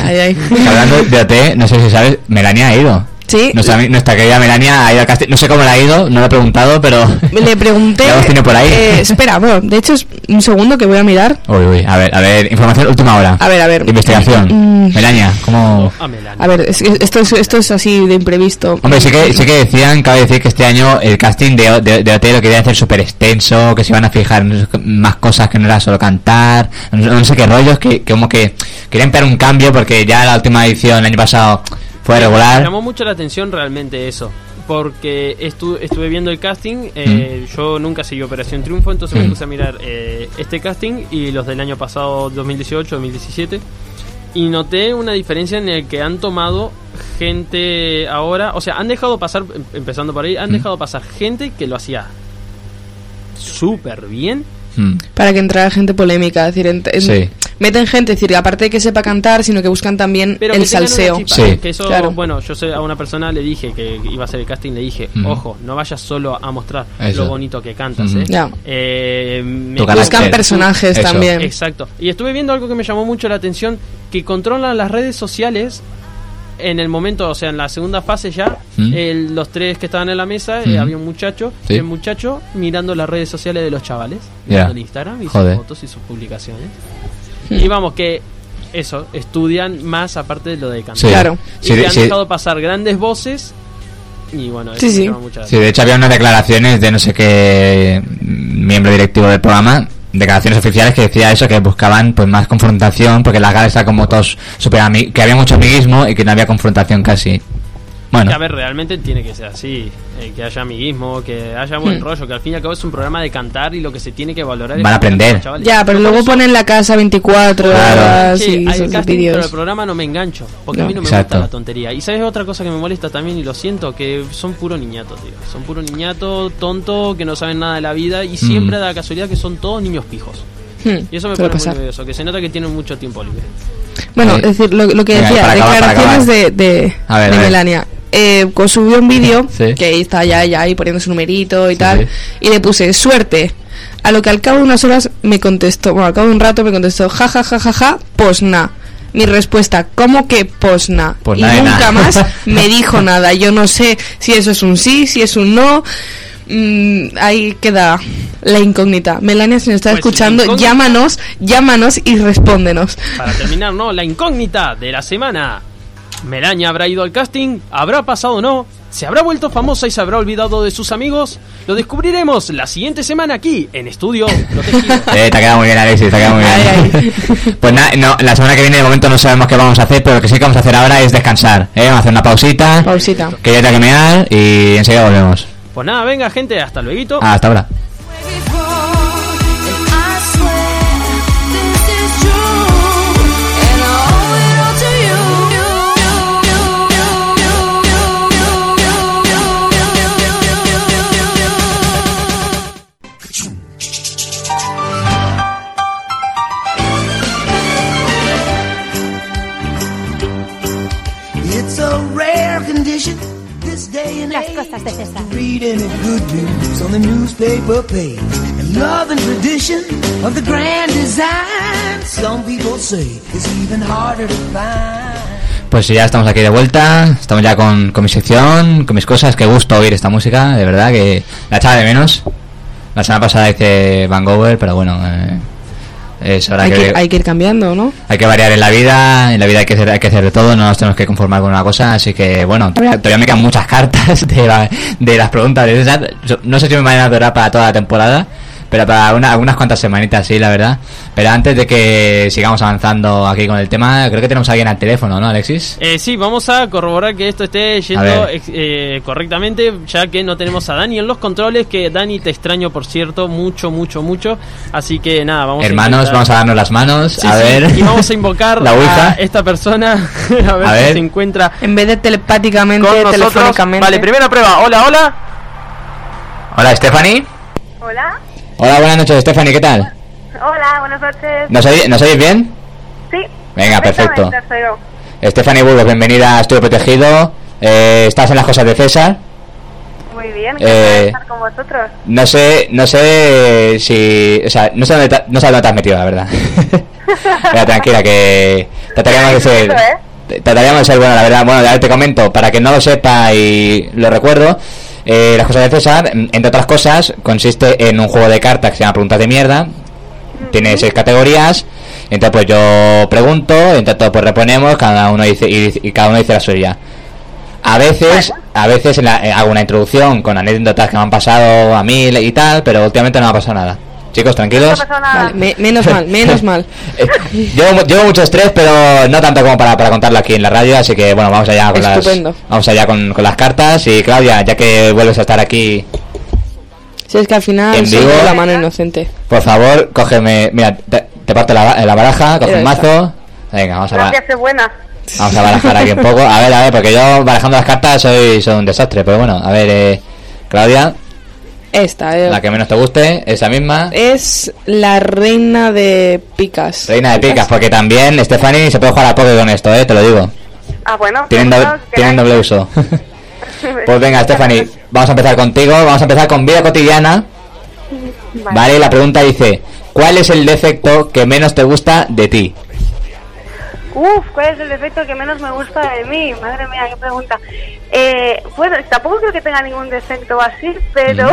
ay, ay. Que Hablando de OT, no sé si sabes, Melania ha ido. Sí, Nuestra, ami- nuestra querida Melania ha ido al casting. No sé cómo la ha ido, no lo he preguntado, pero. le pregunté... Ya los tiene por ahí. eh, espera, bueno, de hecho, es- un segundo que voy a mirar. Uy, uy, a ver, a ver, información última hora. A ver, a ver. Investigación. Mm. Melania, ¿cómo.? A Melania. A ver, es- es- esto, es, esto es así de imprevisto. Hombre, sí que, sí que decían, cabe decir que este año el casting de, O- de, de OT lo querían hacer súper extenso, que se iban a fijar en más cosas que no era solo cantar, no, no sé qué rollos, que, que como que querían pegar un cambio porque ya la última edición el año pasado fue Me regular. llamó mucho la atención realmente eso. Porque estu- estuve viendo el casting, eh, yo nunca seguí Operación Triunfo, entonces me Mm. puse a mirar eh, este casting y los del año pasado, 2018, 2017, y noté una diferencia en el que han tomado gente ahora, o sea, han dejado pasar, em- empezando por ahí, han dejado pasar gente que lo hacía súper bien. Mm. Para que entrara gente polémica, es decir, ent- en- Sí. meten gente, es decir, aparte de que sepa cantar, sino que buscan también Pero el que tengan una salseo. chispa, Sí. que eso, Claro. bueno, yo sé, a una persona le dije que iba a hacer el casting, le dije, Ujú. ojo, no vayas solo a mostrar Eso. lo bonito que cantas, Ujú. ¿eh? Ya. Eh, me- Tu carácter. Buscan personajes Eso. también. Exacto. Y estuve viendo algo que me llamó mucho la atención, que controlan las redes sociales en el momento, o sea, en la segunda fase ya, Mm. el- los tres que estaban en la mesa, Mm. eh, había un muchacho, Sí. y el muchacho mirando las redes sociales de los chavales, Ya. mirando el Instagram y Joder. sus fotos y sus publicaciones. Y vamos, que eso, estudian más aparte de lo de cantar. Sí. Claro. Y Sí, que han sí. dejado pasar grandes voces. Y bueno, eso Sí, me sí. llama mucho la Sí, de hecho había unas declaraciones de no sé qué miembro directivo del programa, declaraciones oficiales que decía eso, que buscaban pues más confrontación, porque la gala está como todos super que había mucho amiguismo y que no había confrontación casi. Bueno, Que, a ver, realmente tiene que ser así. eh, que haya amiguismo, que haya buen Hmm. rollo, que al fin y al cabo es un programa de cantar y lo que se tiene que valorar es Van a aprender. chavales. Ya, pero Yo por luego eso- ponen la casa 24 Claro. horas Che, y hay esos casting, pero el vídeos. programa no me engancho, porque a No. mí no me Exacto. gusta la tontería. Y sabes otra cosa que me molesta también, y lo siento, que son puro niñato, tío. Son puro niñato, tonto, que no saben nada de la vida, y Mm. siempre da la casualidad que son todos niños pijos. Hmm, Y eso me suele pone pasar. muy nervioso, que se nota que tienen mucho tiempo libre. Bueno, Ahí. es decir, lo, lo que Venga, decía, para acabar, para declaraciones de, de, A ver, de a ver. Melania. Eh, co- subió un vídeo Sí. que ahí está ya, ya ahí poniendo su numerito y Sí, tal. sí. Y le puse suerte. A lo que al cabo de unas horas me contestó, bueno, al cabo de un rato me contestó, ja, ja, ja, ja, ja, posna. Mi respuesta, ¿cómo que posna? Pues y nada de nunca nada. más me dijo nada. Yo no sé si eso es un sí, si es un no. Mm, ahí queda la incógnita. Melania, si nos está Pues, escuchando, incógnita. llámanos, llámanos y respóndenos. Para terminar, ¿no? La incógnita de la semana. Melania habrá ido al casting, habrá pasado o no, se habrá vuelto famosa y se habrá olvidado de sus amigos. Lo descubriremos la siguiente semana aquí en Estudio Protegido. Eh, te ha quedado muy bien, Alexis, te ha quedado muy bien. Pues nada, no, la semana que viene de momento no sabemos qué vamos a hacer, pero lo que sí que vamos a hacer ahora es descansar. ¿eh? Vamos a hacer una pausita, Pausita. que ya tengo que mear y enseguida volvemos. Pues nada, venga gente, hasta luego. Ah, hasta ahora. It's a rare condition this day and Las age. cosas de César. Reading the good news on the newspaper page. And love and tradition of the grand design. Some people say it's even harder to find. Pues ya estamos aquí de vuelta, estamos ya con, con mi sección, con mis cosas, qué gusto oír esta música, de verdad que la echaba de menos. La semana pasada hice Vancouver, pero bueno, eh, es hora Hay que, que, hay que ir cambiando, ¿no? hay que variar en la vida, en la vida hay que, hacer, hay que hacer de todo, no nos tenemos que conformar con una cosa, así que bueno, todavía me quedan muchas cartas de, la- de las preguntas de César. Yo- No sé si me van a durar para toda la temporada, pero para una- algunas cuantas semanitas sí, la verdad. Pero antes de que sigamos avanzando aquí con el tema, creo que tenemos a alguien al teléfono, ¿no, Alexis? Eh, sí, vamos a corroborar que esto esté yendo A ver. ex- eh, correctamente, ya que no tenemos a Dani en los controles, que Dani te extraño, por cierto, mucho, mucho, mucho. Así que nada, vamos Hermanos, a vamos a darnos las manos, Sí, a sí, ver. Y vamos a invocar La Ouija. a esta persona, a ver A si ver. se encuentra En vez de telepáticamente, con nosotros. telefónicamente. Vale, primera prueba. Hola, hola. Hola, Stephanie. Hola, Hola, buenas noches, Stephanie, ¿qué tal? hola, buenas noches. ¿Nos oí- nos oís bien? Sí. Venga, perfecto. Perfectamente, soy yo. Stephanie Burgos, bienvenida a Estudio Protegido. Eh, estás en las cosas de César. Muy bien, Eh, encantada de estar con vosotros. No sé, no sé si. O sea, no sé dónde, te- no sé dónde te has metido, la verdad. Mira, tranquila, que. Trataríamos de ser. te- Trataríamos de ser, bueno, la verdad. Bueno, a ver, te comento, para que no lo sepa y lo recuerdo. eh, las cosas de César, mm, entre otras cosas, consiste en un juego de cartas que se llama Preguntas de Mierda. Tiene seis categorías. Entonces, pues yo pregunto, entonces todos, pues reponemos, cada uno dice, y, dice- y cada uno dice la suya. A veces, a veces en la- eh, hago una introducción con anécdotas que me han pasado a mí y tal, pero últimamente no me ha pasado nada. Chicos, No tranquilos. ha pasado nada. Vale, me- menos mal, menos mal. Eh, llevo, mu- llevo mucho estrés, pero no tanto como para, para contarlo aquí en la radio, así que bueno, vamos allá con Estupendo. las vamos allá con, con las cartas y Claudia, ya que vuelves a estar aquí, Si es que al final En soy vivo. yo la mano inocente. por favor, cógeme, mira, te, te parto la, ba- la baraja, coge Mira, un ahí está. mazo. Venga, vamos a, ba- Gracias, soy buena. vamos a barajar aquí un poco. A ver, a ver, porque yo barajando las cartas soy, soy un desastre, pero bueno, a ver, eh, Claudia, Esta eh, la que menos te guste, esa misma. es la reina de picas. Reina de picas, porque también, Stephanie, se puede jugar a poker con esto, eh, te lo digo. Ah, bueno. Tienen, pues, doble- bueno, si tienen doble queréis- uso. pues venga, Stephanie, vamos a empezar contigo. Vamos a empezar con vida cotidiana. Vale. la pregunta dice: ¿Cuál es el defecto que menos te gusta de ti? Uf, ¿cuál es el defecto que menos me gusta de mí? Madre mía, qué pregunta. Eh, bueno, tampoco creo que tenga ningún defecto así, pero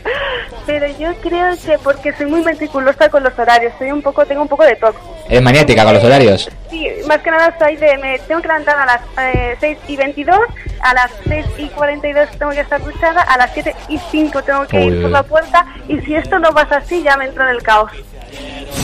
pero yo creo que porque soy muy meticulosa con los horarios, soy un poco, tengo un poco de toque. ¿Es maniática con los horarios? Sí, más que nada soy de, me tengo que levantar a las eh, 6 y 22, a las 6 y 42 tengo que estar duchada, a las 7 y 5 tengo que Uy, ir por uy. la puerta y si esto no pasa así ya me entro en el caos.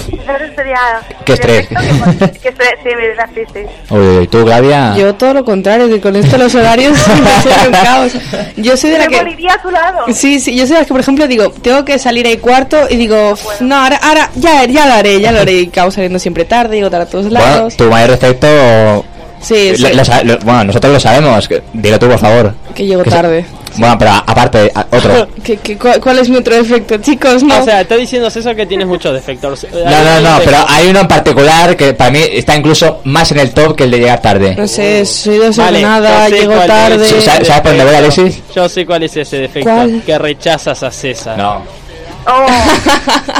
Entonces sería... Qué estrés. perfecto Que, que estrés, sí, me da sí, sí. Uy, ¿y tú, Claudia? Yo todo lo contrario, que con esto los horarios son un caos. Yo soy de la Me que... moriría a tu lado. Sí, sí, yo soy de las que, por ejemplo, digo, tengo que salir ahí cuarto y digo, "Pf, no, ahora, ahora ya, ya lo haré, ya lo haré. Y acabo saliendo siempre tarde, digo, a todos bueno, lados. tu mayor defecto. Sí, sí, lo- lo sa- lo- bueno, nosotros lo sabemos. que- Dilo tú, por favor. que llego se- tarde. Bueno, pero a- aparte, a- otro. ¿Qué- qué- cuál, cuál es mi otro defecto, chicos? No. O sea, está diciendo César que tienes muchos defectos. No, no, no, pero hay uno en particular que para mí está incluso más en el top que el de llegar tarde. no sé, soy ya desordenada, sé llego cuál es tarde. ese ¿Sabes por dónde voy, defecto. Alexis? Yo sé cuál es ese defecto. ¿Cuál? Que rechazas a César. No. Oh,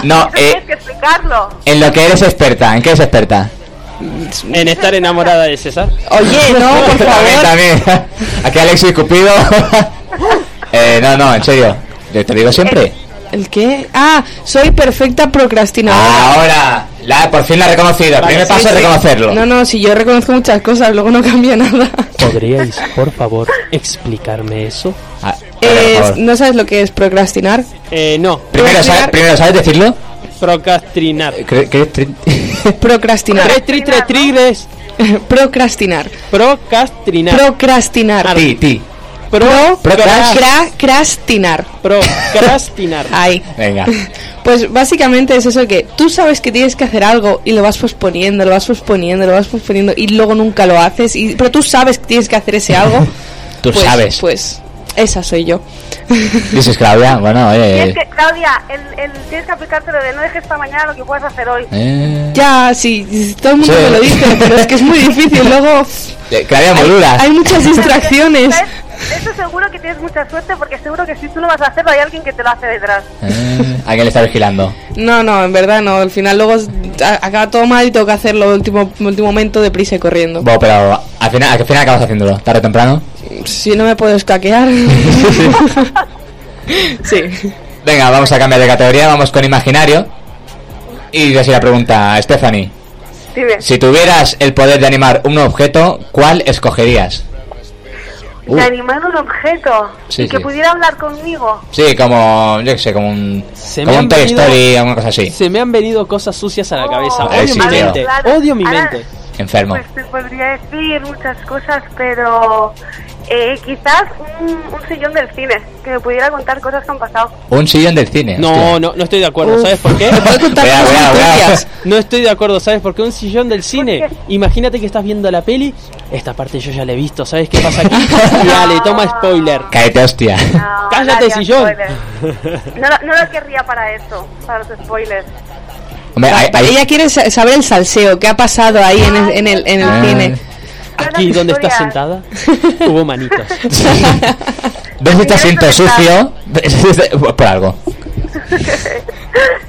No, eso eh, tienes que explicarlo. en lo que eres experta, ¿en qué eres experta? En estar enamorada de César. Oye, no, por También, favor. también. Aquí Alexis Cupido. Eh, no, no, en serio. Yo te digo siempre. ¿El qué? Ah, soy perfecta procrastinadora. Ah, Ahora, la, por fin la he reconocido. El primer sí, paso es reconocerlo. No, no, si yo reconozco muchas cosas, luego no cambia nada. ¿Podríais, por favor, explicarme eso? Ah, vale, Eh, por favor. ¿No sabes lo que es procrastinar? Eh, no, primero, ¿sabes, primero, ¿sabes decirlo? procrastinar. Cre- cre- tri- Procrastinar. Tres, tri, tres, trigres, procrastinar. procrastinar. Procrastinar. ti, ti. Pro, procrastinar. Procrastinar. Procrastinar. Ahí. Venga. Pues básicamente es eso que tú sabes que tienes que hacer algo y lo vas posponiendo, lo vas posponiendo, lo vas posponiendo y luego nunca lo haces. Y, pero tú sabes que tienes que hacer ese algo. Tú pues, sabes. Pues esa soy yo. Dices Claudia, bueno, oye. Tienes que, Claudia, el, el, tienes que aplicártelo de no dejes para mañana lo que puedas hacer hoy. eh, Ya, sí, todo el mundo Sí. me lo dice, pero es que es muy difícil. Luego pff, eh, Claudia hay, Molura. hay muchas distracciones. ¿Sabes? Eso seguro que tienes mucha suerte porque seguro que si tú lo vas a hacer hay alguien que te lo hace detrás. Eh, alguien le está vigilando. No, no, en verdad no. Al final luego es- a- acaba todo mal y tengo que hacerlo último, último momento deprisa y corriendo. Bueno, pero al final, al final acabas haciéndolo, tarde o temprano. Si no me puedo escaquear. sí. Venga, vamos a cambiar de categoría, vamos con imaginario. Y yo así la pregunta a Stephanie. Dime. Si tuvieras el poder de animar un objeto, ¿cuál escogerías? Uh, De animar un objeto Sí, y que sí. pudiera hablar conmigo. sí, como, yo qué sé, como un, Se como me un han Toy venido- Story, alguna cosa así. Se me han venido cosas sucias a la Oh. cabeza. Eh, Odio sí, mi tío. mente. Claro. Odio mi Ahora- mente. Enfermo. Pues te podría decir muchas cosas, pero eh, quizás un, un sillón del cine que me pudiera contar cosas que han pasado. Un sillón del cine. No, hostia. no, no estoy de acuerdo. ¿Sabes por qué? Te puedo contar Cuidado, cosas cuidado, cuidado. turbias. No estoy de acuerdo, ¿sabes? Porque un sillón del cine. ¿Por qué? Imagínate que estás viendo la peli. Esta parte yo ya la he visto, ¿sabes qué pasa aquí? Dale, toma spoiler. Cállate, hostia. Ah. No, Cállate, daría sillón. spoilers. No, lo- no lo querría para eso, para los spoilers. Hombre, hay- hay- Ella quiere sa- saber el salseo, qué ha pasado ahí en el, en el, en el Ah. cine. Aquí Las donde estás historias. sentada hubo manitas. ¿Ves este asiento sucio? Por algo.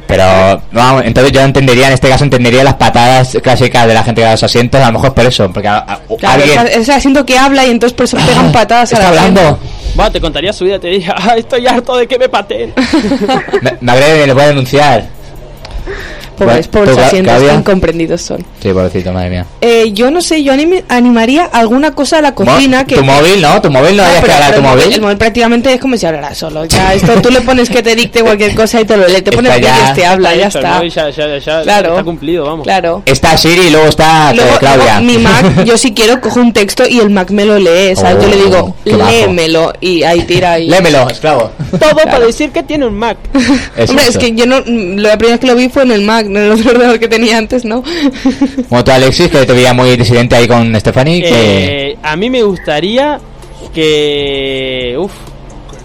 Pero, vamos, entonces yo entendería, en este caso entendería las patadas clásicas de la gente que da los asientos, a lo mejor por eso, porque a- a- Claro, alguien... Ah, o sea, siento que habla y entonces por eso pegan patadas a ¿Está la hablando? Va, te contaría su vida, te diría, "Ah, estoy harto de que me pateen. Me, me agrede, le voy a denunciar. gente. Pobres, Bueno, pobres pues, asientos, Claudia. qué incomprendidos son. Sí, pobrecito, madre mía. Eh, yo no sé, yo anime- animaría alguna cosa a la cocina Mo- que... Tu móvil, ¿no? Tu móvil no Ah, hayas pero- que hablar, pero tu el móvil. El móvil prácticamente es como si hablara solo. Ya, esto tú le pones que te dicte cualquier cosa y te lo lee. Te pones Está ya. vídeos, te habla, ya Listo, está. ¿no? Y ya, ya, ya Claro. está cumplido, vamos. Claro. Está Siri y luego está Luego, eh, Claudia. luego mi Mac, yo si quiero cojo un texto y el Mac me lo lee, ¿sabes? yo le digo, Oh, qué bajo. léemelo y ahí tira y... Lémelo, esclavo. Todo para decir que tiene un Mac. Hombre, es que yo no... mm, La primera vez que lo vi fue en el Mac, no en el otro ordenador que tenía antes, ¿no? Como tú, Alexis, que te veía muy disidente ahí con Stephanie, que... Eh, a mí me gustaría que. Uf,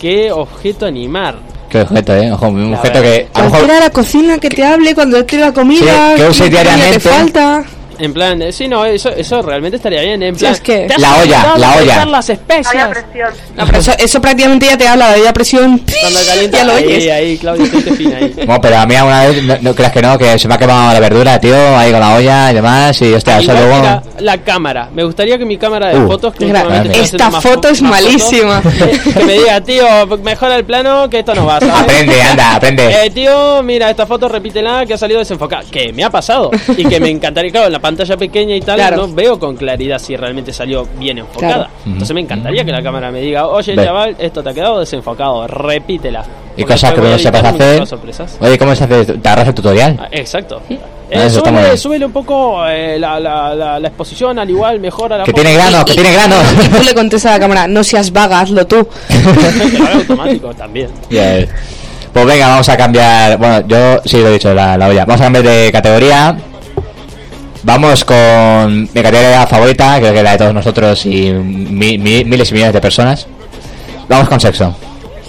qué objeto animar. Qué objeto, ¿eh? Ojo, un La objeto verdad. que... A lo mejor... Cualquiera de la cocina que te hable cuando te la comida, Sí, que use qué comida diariamente. te falta... En plan, eh, sí, no, eso, eso realmente estaría bien. En plan, es que- ¿te has La olla, olvidado la de olla. cortar las Había especias. presión. No, pero eso, eso prácticamente ya te habla de la presión. Cuando calienta. ya lo ahí, oyes. ahí, Claudia, te fina ahí. Bueno, pero a mí alguna vez, no, no creas que no, que se me ha quemado la verdura, tío, ahí con la olla y demás, y hostia, eso Igual luego... era la cámara. Me gustaría que mi cámara de Uh, fotos. Que gra- últimamente Esta estoy haciendo más foto es más fotos, malísima. eh, que me diga, tío, mejora el plano que esto no va, ¿sabes? Aprende, anda, aprende. Eh, tío, mira, esta foto repítela que ha salido desenfocada. Que me ha pasado. Y que me encantaría. Claro, en la pantalla pequeña y tal, Claro. no veo con claridad si realmente salió bien enfocada. Claro. Entonces me encantaría que la cámara me diga, oye, Ve. chaval, esto te ha quedado desenfocado, repítela. Y Porque cosas que después voy a no sepas editar muchas hacer. sorpresas. Oye, ¿cómo se hace? ¿Te agarras el tutorial? Ah, Exacto. eso Eh, está muy súbele, bien. súbele un poco eh, la, la, la, la exposición, al igual, mejora la Que foto. tiene granos, que tiene Y tú granos. le contestas a la cámara, no seas vaga, hazlo tú. Que lo haga automático también. Bien. Pues venga, vamos a cambiar. Bueno, yo sí lo he dicho, la, la olla. Vamos a cambiar de categoría. Vamos con mi categoría favorita, creo que la de todos nosotros y mi- mi- miles y millones de personas. Vamos con sexo.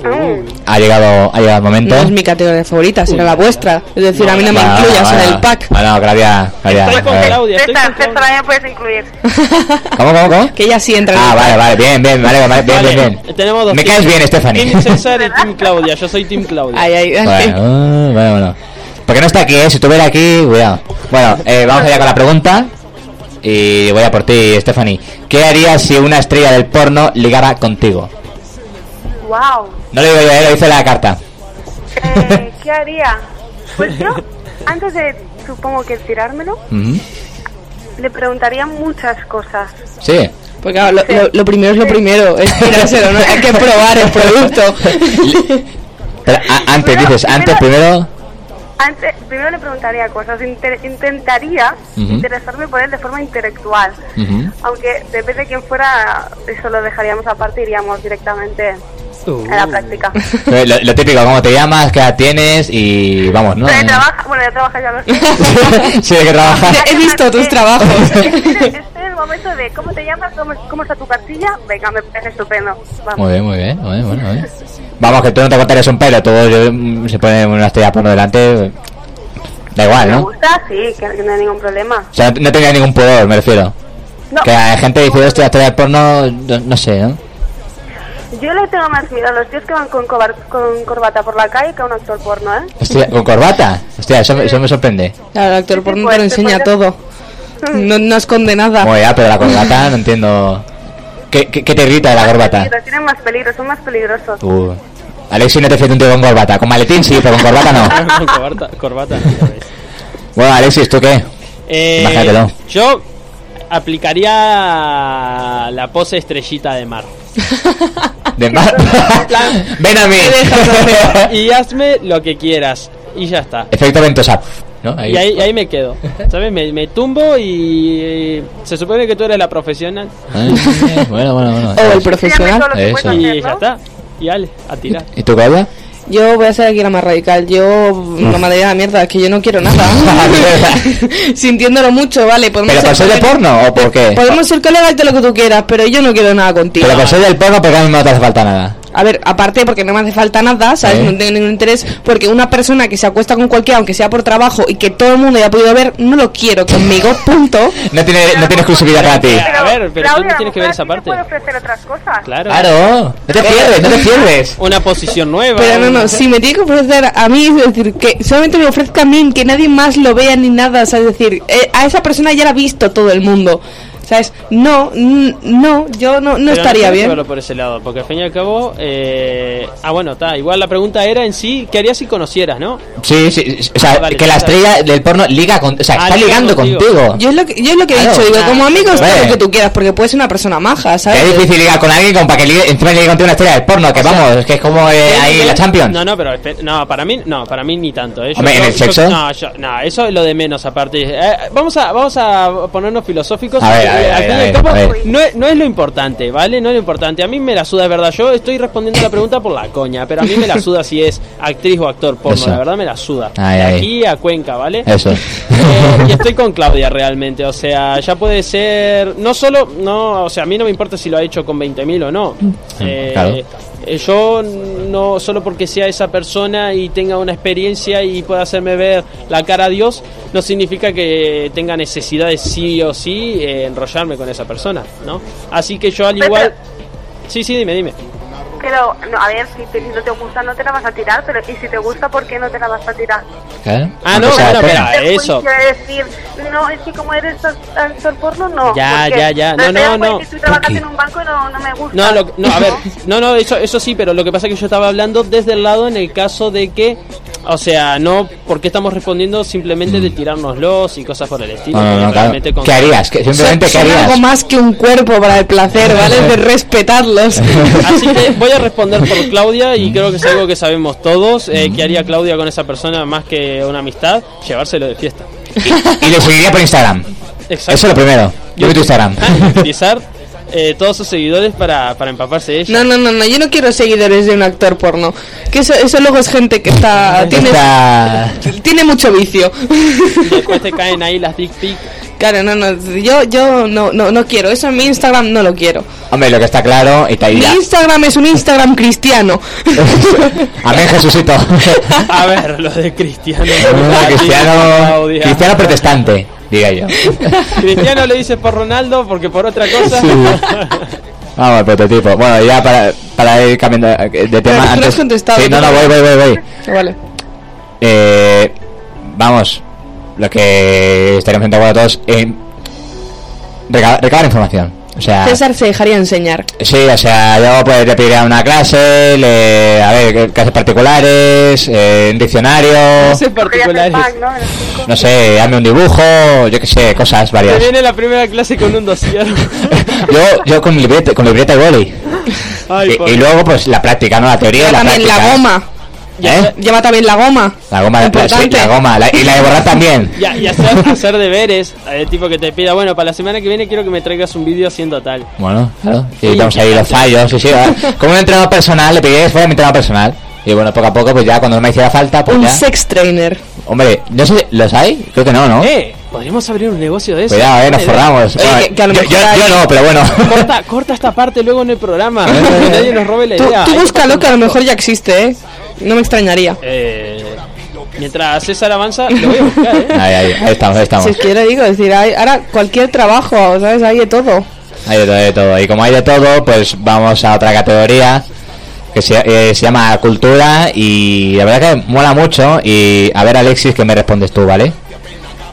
Mm. ha llegado, ha llegado el momento. No es mi categoría favorita, será la vuestra. Es decir, a mí no me Vale, incluyas vale, en el vale. pack. Vale, Ah, no, Claudia, Claudia, Estoy con a ver. Claudia, estoy César, con César Claudia. también puedes incluir. ¿Cómo, cómo, cómo? que ella sí entra en Ah, el vale, vale, bien, bien, vale, vale, bien, Vale, bien, bien. Tenemos dos Me teams. caes bien, Stephanie. Team César y Team Claudia. Yo soy Team Claudia. Ay, ay, ay. Bueno, ah, bueno, bueno. Porque no está aquí, ¿eh? Si estuviera aquí, cuidado. Bueno, eh, vamos allá con la pregunta. Y voy a por ti, Stephanie. ¿Qué harías si una estrella del porno ligara contigo? ¡Wow! No lo digo yo, eh, lo dice la carta. Eh, ¿Qué haría? Pues yo, antes de, supongo que tirármelo, Ujú. le preguntaría muchas cosas. Sí. Porque claro, lo, lo- lo primero es lo primero, es tirárselo, ¿no? Hay que probar el producto. Pero a- antes, Primero- dices, antes primero. Antes, primero le preguntaría cosas, inte- intentaría Ujú. interesarme por él de forma intelectual. Ujú. Aunque depende de quién fuera, eso lo dejaríamos aparte y iríamos directamente a la práctica. Eh, Lo, lo típico, ¿cómo te llamas? ¿Qué edad tienes? Y vamos, ¿no? Pero ya trabaja, bueno, ya trabaja ya lo sé. sí, hay que trabajar. He visto tus trabajos. Este es el momento de cómo te llamas, cómo, cómo está tu cartilla. Venga, me parece estupendo. Vamos. Muy bien, muy bien, muy bien, bueno, muy bien. Vamos, que tú no te cortarías un pelo, todo se pone una estrella por delante. Da igual, Me ¿no? gusta, sí, que no hay ningún problema. O sea, no tenía ningún pudor, me refiero. No, Que hay gente que dice, hostia, estrella de porno, no, no sé, ¿no? yo le tengo más miedo a los tíos que van con, cobar- con corbata por la calle que a un actor porno, ¿eh? Hostia, con corbata. Hostia, eso, me- eso me sorprende. Claro, el actor Sí, porno pues, te Mm. lo enseña pues, todo. No, no esconde nada. Bueno, ya, ah, pero la corbata, no entiendo. ¿Qué, qué, qué te irrita de la corbata? Peligro, Tienen más peligros, son más peligrosos. Uh. Alexi, no te fíes de un tío con corbata. Con maletín sí, pero con corbata no. Con corbata, corbata no, ya ves. Bueno, Alexis, ¿tú qué? Eh, Imagínatelo. Yo aplicaría la pose estrellita de mar. De mar- plan- Ven a mí. Y hazme lo que quieras. Y ya está. Efecto ventosa. ¿No? Y ahí, y ahí me quedo. ¿Sabes? Me, me tumbo y. eh, Se supone que tú eres la profesional. Ah, bueno, bueno, bueno. O el Enséñame todo profesional. lo que Eso. puedes Y hacer, ya ¿no? está. Y dale, a tirar. ¿Y tú, Claudia? Yo voy a ser aquí la más radical. Yo Mm. no me daría la mierda, es que yo no quiero nada. Sintiéndolo mucho, vale. Podemos ¿Pero por ser de porno o por qué? Podemos ser colegas de lo que tú quieras, pero yo no quiero nada contigo. Pero por ser del porno, porque a mí no te hace falta nada. A ver, aparte porque no me hace falta nada, ¿sabes? Sí. No tengo ningún interés, porque una persona que se acuesta con cualquiera, aunque sea por trabajo, y que todo el mundo haya podido ver, no lo quiero conmigo, punto. No tiene, no tiene exclusividad para ti. Pero, a ver, pero tú Claudia, no tienes que ver esa a lo mejor a ti parte. te puede ofrecer otras cosas. Claro. Claro, no te pierdes, no te pierdes. Una posición nueva. Pero no, un- no, si me tiene que ofrecer a mí, es decir, que solamente me ofrezca a mí, que nadie más lo vea ni nada, ¿sabes? Es decir, eh, a esa persona ya la ha visto todo el mundo, ¿sabes? No, n- no, yo no, no Pero estaría tiene que bien. verlo por ese lado, porque al fin y al cabo. eh, Ah, bueno, está. Igual la pregunta era en sí: ¿qué harías si conocieras, no? Sí, sí, sí, o sea, Ah, vale, que la vale. estrella del porno liga con, o sea, Ah, está liga ligando contigo. contigo. Yo es lo que, yo es lo que he Claro, dicho, digo, claro. como amigos, Hombre. todo lo que tú quieras, porque puedes ser una persona maja, Que ¿sabes? es difícil ligar con alguien como para que ligue- encima ligue contigo una estrella del porno, que vamos, es que es como eh, ahí la Champions. No, no, pero espe- no, para mí no, para mí ni tanto. ¿eh? Yo- Hombre, ¿en yo- el yo- sexo? no, yo- no, eso es lo de menos aparte. Eh, vamos a vamos a ponernos filosóficos. A ver, a ver, Eh, a ver, al fin y a al ver, cabo, a ver. No, es, no es lo importante, ¿vale? No es lo importante. A mí me la suda, es verdad. Yo estoy respondiendo la pregunta por la coña, pero a mí me la suda si es actriz o actor porno. Eso. La verdad me la suda. Ay, de ay. aquí a Cuenca, ¿vale? Eso. Eh, y estoy con Claudia realmente, o sea, ya puede ser, no solo, no, o sea, a mí no me importa si lo ha hecho con 20.000 o no. Eh, Mm, claro. eh, Yo no, solo porque sea esa persona y tenga una experiencia y pueda hacerme ver la cara a Dios, no significa que tenga necesidad de sí o sí eh, enrollarme con esa persona, ¿no? Así que yo al Pero- igual... Sí, sí, dime, dime. Pero, no, a ver, si, te- si no te gusta, no te la vas a tirar. Pero, y si te gusta, ¿por qué no te la vas a tirar? Claro. Ah, no, O sea, bueno, porno. espera. Ah, El eso. juicio de decir, no, es que como eres act- actor porno, no. Ya, porque ya, ya. No, me no, pega, pues, no. que Estoy trabajando Porque- en un banco y no, no me gusta. No, lo- no, a ver, no, no, eso, eso sí, pero lo que pasa es que yo estaba hablando desde el lado en el caso de que, o sea, no, porque estamos respondiendo simplemente de tirárnoslos y cosas por el estilo. Mm. No, no, no, porque claro. realmente con- ¿Qué harías? ¿Qué- simplemente, Son, ¿qué son algo harías? más que un cuerpo para el placer, ¿vale? Es de respetarlos. Así que voy a responder por Claudia y creo que es algo que sabemos todos. Eh, ¿Qué haría Claudia con esa persona más que una amistad? Llevárselo de fiesta. Y le seguiría por Instagram. Eso Exacto. es lo primero. Yo vi tu Instagram. Ah, y utilizar eh, todos sus seguidores para, para empaparse de ella. No, no, no, no, yo no quiero seguidores de un actor porno. Que eso, eso luego es gente que está tiene, Está... tiene mucho vicio. Y después te caen ahí las dick pic. Claro, no, no, yo, yo no, no, no quiero, eso en mi Instagram no lo quiero. Hombre, lo que está claro, y te Mi dirá. Instagram es un Instagram cristiano. Amén, Jesucito. A ver, lo de Cristiano. Un cristiano, Claudia. cristiano protestante, diga yo. Cristiano lo dice por Ronaldo porque por otra cosa. Vamos al prototipo. Bueno, ya para, para ir cambiando eh, de Pero tú no tema. has Antes, contestado, sí, no, no, ¿no? voy, voy, voy, voy. vale. Eh, vamos, lo que estaríamos de acuerdo todos en reca- recabar información. O sea, César se dejaría enseñar. sí, o sea, yo pues le pediré a una clase, le- a ver, clases particulares, eh, un diccionario, Clases Porque ya está el pack, particulares. ¿no? De los cinco. no sé, hazme un dibujo, yo qué sé, cosas Te varias. viene la primera clase con un dossier. Yo, yo con libreta, con libreta y boli. Ay, Y, y pobre. luego pues la práctica, ¿no? La teoría y Lleva la también práctica. la goma. ¿Eh? Lleva también la goma. La goma de pla- sí, Importante. la goma, la- y la de borrar también. Ya, y hacer, hacer deberes, eh, tipo que te pida, bueno, para la semana que viene quiero que me traigas un vídeo haciendo tal. Bueno, claro. Y Sí, estamos ahí los fallos, sí, sí. ¿verdad? Como un entrenador personal, le pedí que fuera mi entrenador personal. Y bueno, poco a poco, pues ya cuando no me hiciera falta, pues Un ya. sex trainer. Hombre, no sé, ¿los hay? Creo que no, ¿no? Eh, podríamos abrir un negocio de eso. Cuidado, eh, nos Buena idea. forramos. Oye, Bueno, que- que a lo yo, mejor yo- hay- yo no, pero bueno. Corta, corta esta parte luego en el programa. eh, que eh. nadie nos robe la Tú, idea. tú Ahí búscalo, está. que a lo mejor ya existe, ¿eh? No me extrañaría. Eh, mientras César avanza, lo voy a buscar, eh. Ahí, ahí, ahí estamos, ahí estamos. Si es que yo le digo, es decir, hay- ahora cualquier trabajo, ¿sabes? Hay de todo. Hay de todo, hay de todo. Y como hay de todo, pues vamos a otra categoría que se, eh, se llama cultura y la verdad que mola mucho y a ver Alexis que me respondes tú, ¿vale?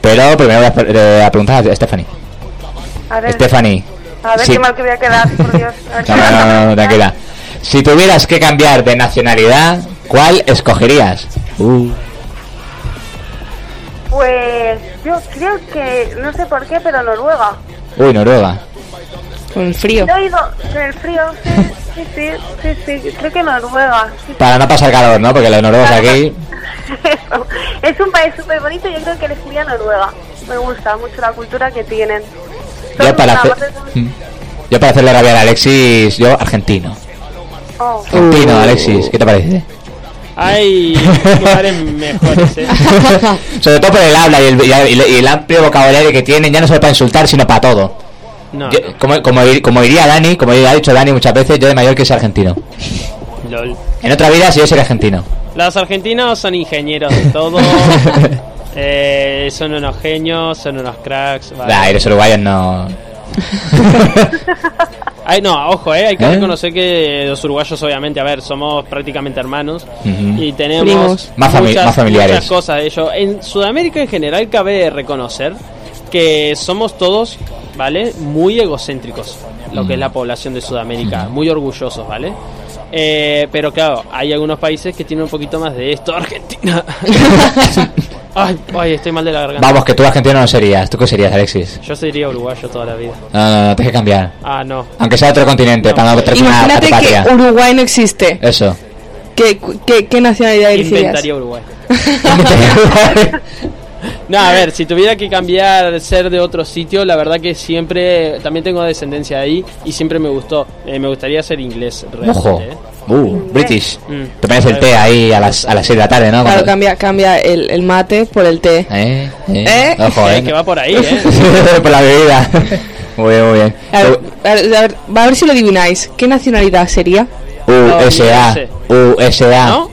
Pero primero voy a, pre- eh, a preguntar a Stephanie. A ver, Stephanie. a ver sí. qué mal que voy a quedar, por Dios. A ver No, qué no, mal. no, no, no, tranquila. Si tuvieras que cambiar de nacionalidad, ¿cuál escogerías? Pues yo creo que, no sé por qué, pero Noruega. Uy, Noruega. Con el frío. Yo he ido en el frío, sí, sí, sí, sí, sí, creo que Noruega. sí, Para no pasar calor, ¿no? Porque los noruegos aquí... Eso. Es un país súper bonito yo creo que elegiría Noruega. Me gusta mucho la cultura que tienen. Son Yo para, hacer- unos amables- yo para hacerle rabiar a Alexis, yo argentino. Oh. Argentino, Alexis, ¿qué te parece? Hay lugares mejores, eh. Sobre todo por el habla y el, y el- y el amplio vocabulario que tienen, ya no solo para insultar, sino para todo. No, Yo- como, como, dir- como diría Dani, como ya ha dicho Dani muchas veces, yo de mayor que ser argentino. lol. En otra vida, si yo sería argentino. Los argentinos son ingenieros de todo. Eh, son unos genios, son unos cracks. vale. Nah, eres uruguayo, no. Ay, no, ojo, eh, hay que ¿Eh? reconocer que los uruguayos, obviamente, a ver, somos prácticamente hermanos Ujú. y tenemos Primos. Más fami- más familiares. muchas cosas de ello. En Sudamérica en general cabe reconocer que somos todos, ¿vale? Muy egocéntricos, lo Mm. que es la población de Sudamérica, muy orgullosos, ¿vale? Eh, pero claro, hay algunos países que tienen un poquito más de esto. Argentina. ay, ay, estoy mal de la garganta. Vamos, que tú argentino no serías. ¿Tú qué serías, Alexis? Yo sería uruguayo toda la vida. No, no, no, tienes que cambiar. Ah, no. Aunque sea otro continente, No. para no traer una Eh. Imagínate antipatía. que Uruguay no existe. Eso. ¿Qué, qué, qué nacionalidad elegirías? Inventaría Uruguay. No, a ver, si tuviera que cambiar, ser de otro sitio, la verdad que siempre, también tengo descendencia de ahí y siempre me gustó. Eh, me gustaría ser inglés, realmente. Ojo. eh. Uh, British. Mm. Te pones el té ahí a las, a las 6 de la tarde, ¿no? Claro, Cuando- cambia, cambia el, el mate por el té. Eh, eh. Eh. Ojo, Eh, eh. que va por ahí, ¿eh? Por la bebida. Muy bien, muy bien. Ah. A ver, a ver, a ver, a ver si lo adivináis. ¿Qué nacionalidad sería? USA. USA. ¿No?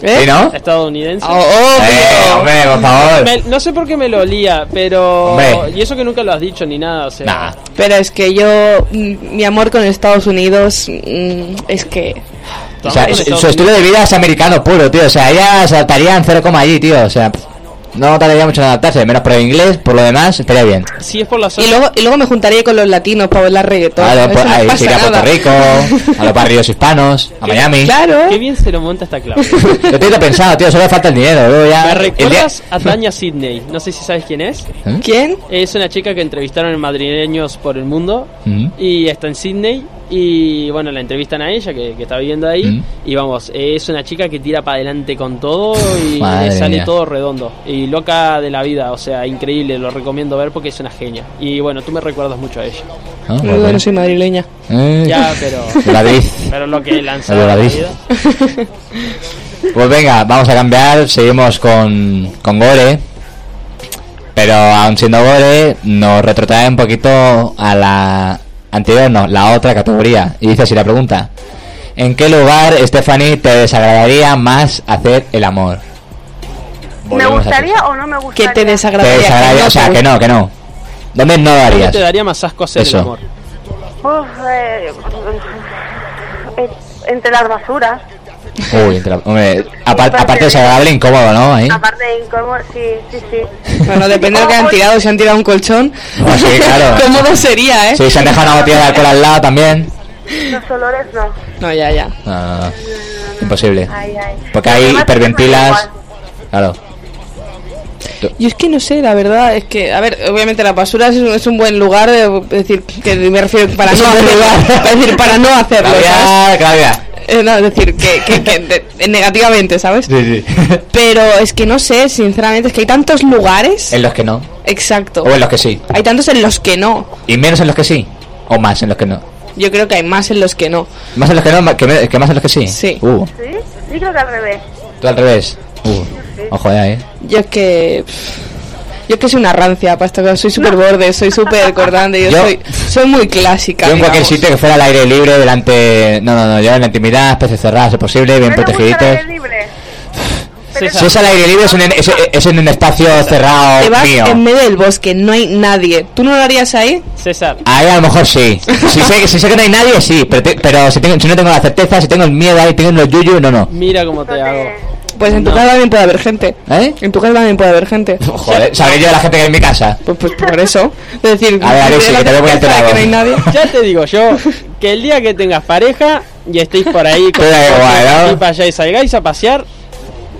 ¿Sí, no? Estadounidense. ¿Eh? Oh, oh, Eh, hombre, por favor. Me- no sé por qué me lo olía, pero... Hombre. Y eso que nunca lo has dicho ni nada, o sea... Nah. Pero es que yo, mm, mi amor con Estados Unidos, mm, es que... O estamos sea, con su, Estados su estilo de vida es americano puro, tío. O sea, ella saltaría en 0, allí, tío. O sea, pff, no tardaría mucho en adaptarse. Menos por el inglés, por lo demás, estaría bien. Unidos. Si es por la zona... Y luego, y luego me juntaría con los latinos para bailar reggaetón. Vale, Eso pues, no ahí pasa se iría a Puerto nada. Rico, a los barrios hispanos, a Miami. Claro. Qué bien se lo monta esta clave. Yo te he pensado, tío, solo le falta el dinero. luego ya- ¿Me el día- recuerdas a Tanya Sidney? No sé si sabes quién es. ¿Mm? ¿Quién? Es una chica que entrevistaron en Madrileños por el Mundo Mm. y está en Sydney y bueno, la entrevistan a ella que, que está viviendo ahí Mm. y vamos, es una chica que tira para adelante con todo y Madre le sale mía. todo redondo y loca de la vida, o sea, increíble, lo recomiendo ver porque es una genia y bueno, tú me recuerdas mucho a ella. Ah, No, bueno. no soy madrileña. Eh, Ya, pero... Madrid. Pero lo que lanza Pero la la vi. vida. Pues venga, vamos a cambiar. Seguimos con, con Gore. Pero aún siendo gore, nos retrotrae un poquito a la anterior, no, la otra categoría. Y dice así la pregunta. ¿En qué lugar, Stephanie, te desagradaría más hacer el amor? ¿Me Volvemos a gustaría eso. o no me Que gustaría? te Te desagradaría. desagradaría, Pues o sea, que no, que no. ¿Dónde no ¿Cómo darías? te daría más asco hacer Eso. el amor? Uf, eh, eh, entre las basuras. Uy, te la- hombre, apar- Aparte aparte de- desagradable, incómodo, ¿no? Ahí. Aparte de incómodo, sí, sí, sí. ¿Eh? pues, Bueno, depende de lo que han tirado. Si han tirado un colchón, Ah, sí, claro. cómodo sería, ¿eh? Sí, se han dejado una botella de alcohol al lado también. Los olores no. No, ya, ya. No, no, no. Ah, Imposible. Ay, ay. Porque Los ahí demás hiperventilas. me da Claro. Yo es que no sé, la verdad es que, a ver, obviamente la basura es un, es un buen lugar, eh, es decir, que me refiero para Es no un buen hacerlo, lugar. es decir, para no hacerlo, ¿sabes? Claudia, Claudia. Eh, no, es decir, que, que- que de- negativamente, ¿sabes? Sí, sí. Pero es que no sé, sinceramente, es que hay tantos lugares, En los que no. exacto, O en los que sí. hay tantos en los que no, Y menos en los que sí. O más en los que no. yo creo que hay más en los que no, Más en los que no, ma- que, me- que más en los que sí. Sí. Uh, igual. ¿Sí? Yo creo que al revés. tú al revés. Uh, ojo ya, eh. yo es que... Yo es que soy una rancia, para esto, soy súper borde, soy súper cordante, yo, Yo- soy, soy muy clásica. Yo en cualquier digamos. sitio que fuera al aire libre, delante. No, no, no, yo en la intimidad, especies cerradas, si es posible, bien ¿No te gusta el protegiditos. aire libre? Si es al aire libre, es en, es- es en un espacio cerrado Te vas mío. en medio del bosque, no hay nadie. ¿Tú no lo harías ahí? César, Ahí a lo mejor sí. Si sé, que- si sé que no hay nadie, sí. Pero, te- pero si, tengo- si no tengo la certeza, si tengo el miedo ahí, tengo los yuyu, no, no. mira cómo te No hago. te- Pues en tu No. casa también puede haber gente. ¿Eh? En tu casa también puede haber gente. Joder, sabré yo de la gente que hay en mi casa. Pues, pues por eso. Es decir, A ver, Alexi, tienes la que te veo muy certeza de alterado. que no hay nadie. Ya te digo yo, que el día que tengas pareja y estéis por ahí con Te da igual, ¿no? y para allá y salgáis a pasear,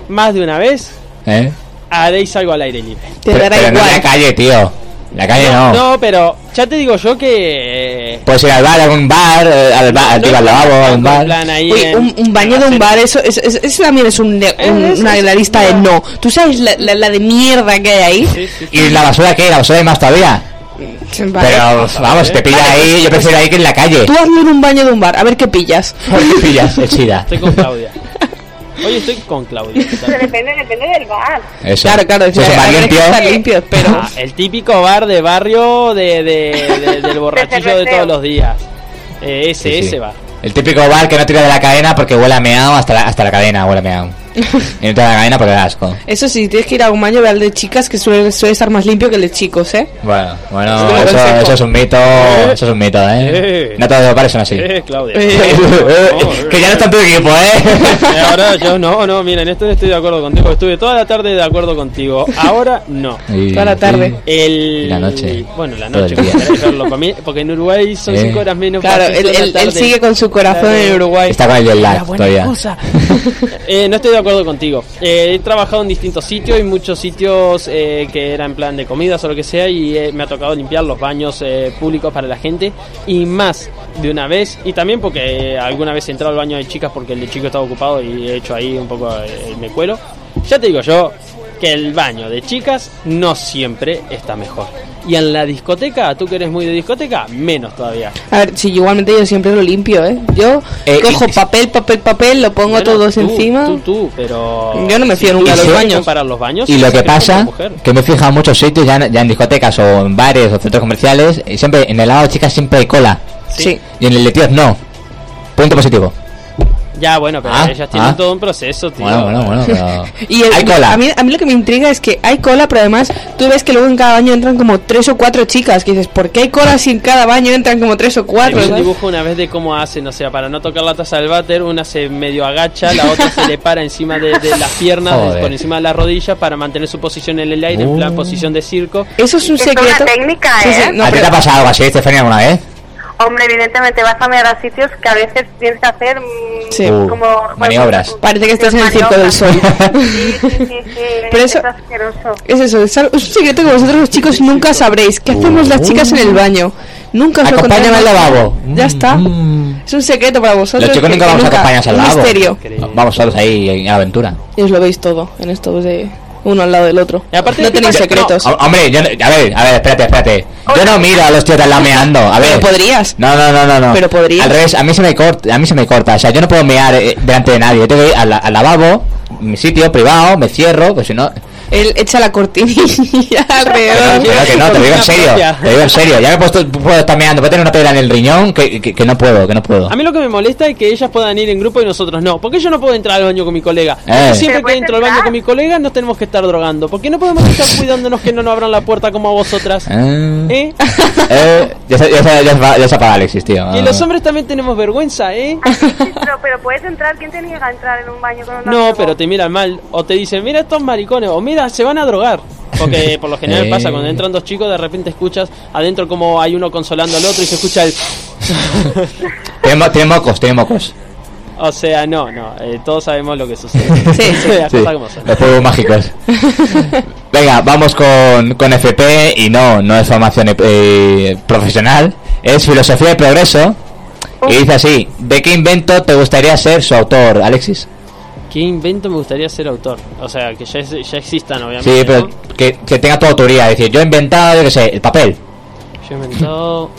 más de una vez ¿Eh? haréis algo al aire libre. Te pero, dará pero no en la igual. calle, tío. En la calle Eh, no. No, pero ya te digo yo que... eh, Puedes ir al bar, a algún bar, eh, al bar, no digo, al es lavabo, a tanto un en bar. plan ahí Uy, en- un, un baño en de un hacer- bar, eso, eso, eso- eso también es un ne- un- es- una es- la lista de no. ¿Tú sabes la, la- la de mierda que hay ahí? Sí, sí, sí. ¿Y la basura qué? ¿La basura hay más todavía? Vale. pues, Pero vamos, te pilla ahí, yo prefiero ahí que en la calle. Tú hazlo en un baño de un bar, a ver qué pillas. ¿Por qué pillas? El SIDA. Estoy con Claudia. Hoy estoy con Claudia. Pero depende, depende del bar. Eso. Claro, claro, Si es un decir, bar hay que limpio, estar limpios, pero... Ah, el típico bar de barrio de, de- de- del borrachillo de todos los días. Eh, Sí, ese, sí. ese bar. El típico bar que no tira de la cadena porque huele a meao hasta la, hasta la cadena, huele a meao. Y no tira de la cadena porque da asco. Eso sí, tienes que ir a un baño, ve al de chicas, que suele, suele estar más limpio que el de chicos, ¿eh? Bueno, bueno, Esto me eso, aconsejo. eso es un mito, eso es un mito, ¿eh? Eh. No todos los bares son así. Eh, Claudia. Eh, que ya no está en tu equipo, ¿eh? Eh, Ahora yo no, no, mira, en esto estoy de acuerdo contigo. Estuve toda la tarde de acuerdo contigo. Ahora no. Toda la tarde. El... Y la noche. Bueno, la Todo noche. el día. como queráis verlo. Pa' mí- Porque en Uruguay son Eh. 5 horas menos. Claro, para ti, él, toda la él- él tarde. sigue con su corazón Claro. en Uruguay. Está con el jet lag Ah, todavía. Eh, no estoy de acuerdo contigo. Eh, he trabajado en distintos sitios y muchos sitios eh, que eran en plan de comidas o lo que sea y eh, me ha tocado limpiar los baños eh, públicos para la gente y más de una vez y también porque eh, alguna vez he entrado al baño de chicas porque el de chico estaba ocupado y he hecho ahí un poco eh, el mecuelo. Ya te digo yo que el baño de chicas no siempre está mejor. Y en la discoteca, tú que eres muy de discoteca, menos todavía. A ver, sí, igualmente yo siempre lo limpio, ¿eh? Yo Eh, cojo y- papel, papel, papel, lo pongo Bueno, todos tú, encima. Tú, tú, pero. Yo no me fío tú nunca de tienes los que baños. comparar los baños. Y es lo que secreto de pasa, mujer. que me he fijado en muchos sitios, ya en, ya en discotecas o en bares o centros comerciales, y siempre en el lado de chicas siempre hay cola. Sí. Y en el de tíos no. Punto positivo. Ya, bueno, pero Ah, ellas tienen ah. todo un proceso, tío. Bueno, bueno, bueno, pero... Y el- hay cola. A mí, a mí lo que me intriga es que hay cola, pero además tú ves que luego en cada baño entran como tres o cuatro chicas. Que dices, ¿por qué hay cola si en cada baño entran como tres o Hay cuatro? un ¿sabes? dibujo una vez de cómo hacen, o sea, para no tocar la taza del váter, una se medio agacha, la otra se le para encima de, de las piernas, Joder. de- por encima de las rodillas, para mantener su posición en el aire, en plan Uh. posición de circo. Eso es un Es una secreto. técnica, Sí, sí, ¿eh? no, ¿A ti te pero- ha pasado algo así, Estefania, alguna vez? Hombre, evidentemente vas a mirar a sitios que a veces tienes que hacer mm, Sí. Uh, como maniobras. Parece que estás en el circo del sol. Sí, sí, sí, sí, Pero eso- es asqueroso. Es eso, es algo- es un secreto que vosotros los chicos nunca sabréis. ¿Qué hacemos las chicas en el baño? Nunca os lo Acompáñame al contaremos. lavabo. Ya está. Mm. Es un secreto para vosotros. Los chicos que- nunca que vamos a acompañarse al un lavabo. misterio. Vamos solos ahí a la aventura. Y os lo veis todo en esto de uno al lado del otro. Y aparte no encima tenéis que- secretos. Hom- Ah, Hombre, yo no- a ver, a ver, espérate, espérate. Yo no miro a los tíos de al lado meando. A ver. Pero podrías. No, no, no, no, no. Pero podrías. Al revés, a mí se me corta, a mí se me corta. O sea, yo no puedo mear eh, delante de nadie. Yo tengo que ir al, al lavabo, mi sitio privado, me cierro, pues si no. él echa la cortinilla alrededor. Claro que no, te lo digo en Una serio. propia. Te lo digo en serio. Ya me he puesto, puedo estar meando, puedo tener una piedra en el riñón que, que, que no puedo, que no puedo. A mí lo que me molesta es que ellas puedan ir en grupo y nosotros no. Porque yo no puedo entrar al baño con mi colega. Eh. Yo siempre Pero que puedes entro al baño entrar. con mi colega nos tenemos que estar drogando. Porque no podemos estar cuidándonos que no nos abran la puerta como a vosotras. Eh, ¿Eh? eh, ya, se- ya, se- ya, se va- ya se apaga Alexis, tío. Y los hombres también tenemos vergüenza, ¿eh? pero, pero puedes entrar, ¿quién te niega a entrar en un baño con un No, amigo? pero te miran mal. O te dicen, mira estos maricones. O mira, se van a drogar. Porque por lo general Eh. pasa cuando entran dos chicos, de repente escuchas adentro como hay uno consolando al otro y se escucha el. Tiene, mo- tiene mocos, tiene mocos. O sea, no, no. eh, todos sabemos lo que sucede. Sí, sí. Las Sí, cosas como son. los polvos mágicos. Venga, vamos con, con FP y no, no es formación eh, profesional, es filosofía de progreso. Y dice así, ¿de qué invento te gustaría ser su autor, Alexis? ¿Qué invento me gustaría ser autor? O sea, que ya, es- ya existan, obviamente. Sí, pero ¿no? que, que tenga tu autoría, es decir, yo he inventado, yo qué sé, el papel, Yo he inventado.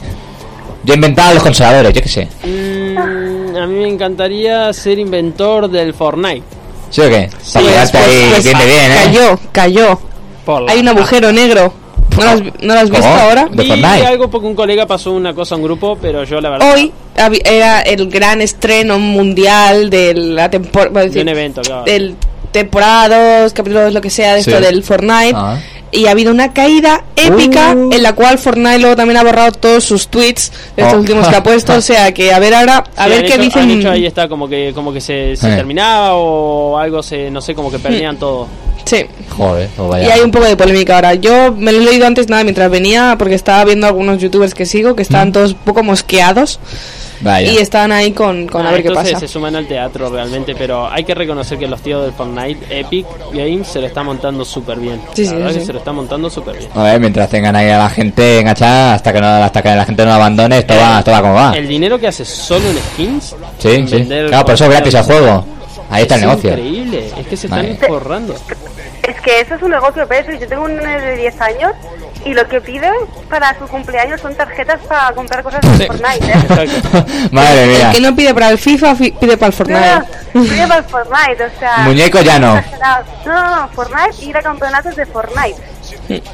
yo he inventado los consoladores, yo qué sé. Mm, a mí me encantaría ser inventor del Fortnite. ¿Sí o qué? Sí, Para quedarte después- ahí pues, bien de bien, ¿eh? Cayó, cayó. Por la- Hay un agujero negro. ¿No lo has, no lo has visto ¿Cómo? ahora? de Y Fortnite. algo porque un colega pasó una cosa a un grupo, pero yo la verdad. Hoy habi- era el gran estreno mundial de la temporada. De un evento, claro. Del temporada, dos, capítulos, lo que sea, de Sí. esto del Fortnite. Ah. Uh. Y ha habido una caída épica en la cual Fortnite luego también ha borrado todos sus tweets de estos Oh. últimos que ha puesto. O sea que a ver ahora, a Sí, ver han qué hecho- dicen. han hecho ahí está, como que, como que se, se Eh. terminaba o algo, se, no sé, como que perdían todo. Sí. Joder, pues Y vaya. hay un poco de polémica ahora. Yo me lo he leído antes nada mientras venía porque estaba viendo algunos youtubers que sigo que ¿Mm? estaban todos un poco mosqueados Vaya. y estaban ahí con, con a Ah, ver qué entonces pasa. se suman al teatro realmente, pero hay que reconocer que los tíos del Fortnite, Epic Games, se lo está montando súper bien. Sí, la sí, verdad sí. que se lo está montando súper bien. A ver, mientras tengan ahí a la gente enganchada, hasta que no, hasta que la gente no la abandone, esto va, esto va como va. El dinero que hace solo en skins. Ah. Sí, en sí. vender Claro, por eso es gratis el cosas, juego. Ahí está el es negocio. increíble, es que se Vale. están forrando. Es que eso es un negocio, Pedro. Yo tengo un nene de 10 años y lo que pide para su cumpleaños son tarjetas para comprar cosas en Sí. Fortnite. ¿eh? Exacto. Madre El mía. que no pide para el FIFA, fi- pide para el No, Fortnite. no, pide para el Fortnite, o sea. Muñeco ya no. exagerado. No, no, no, Fortnite, ir a campeonatos de Fortnite.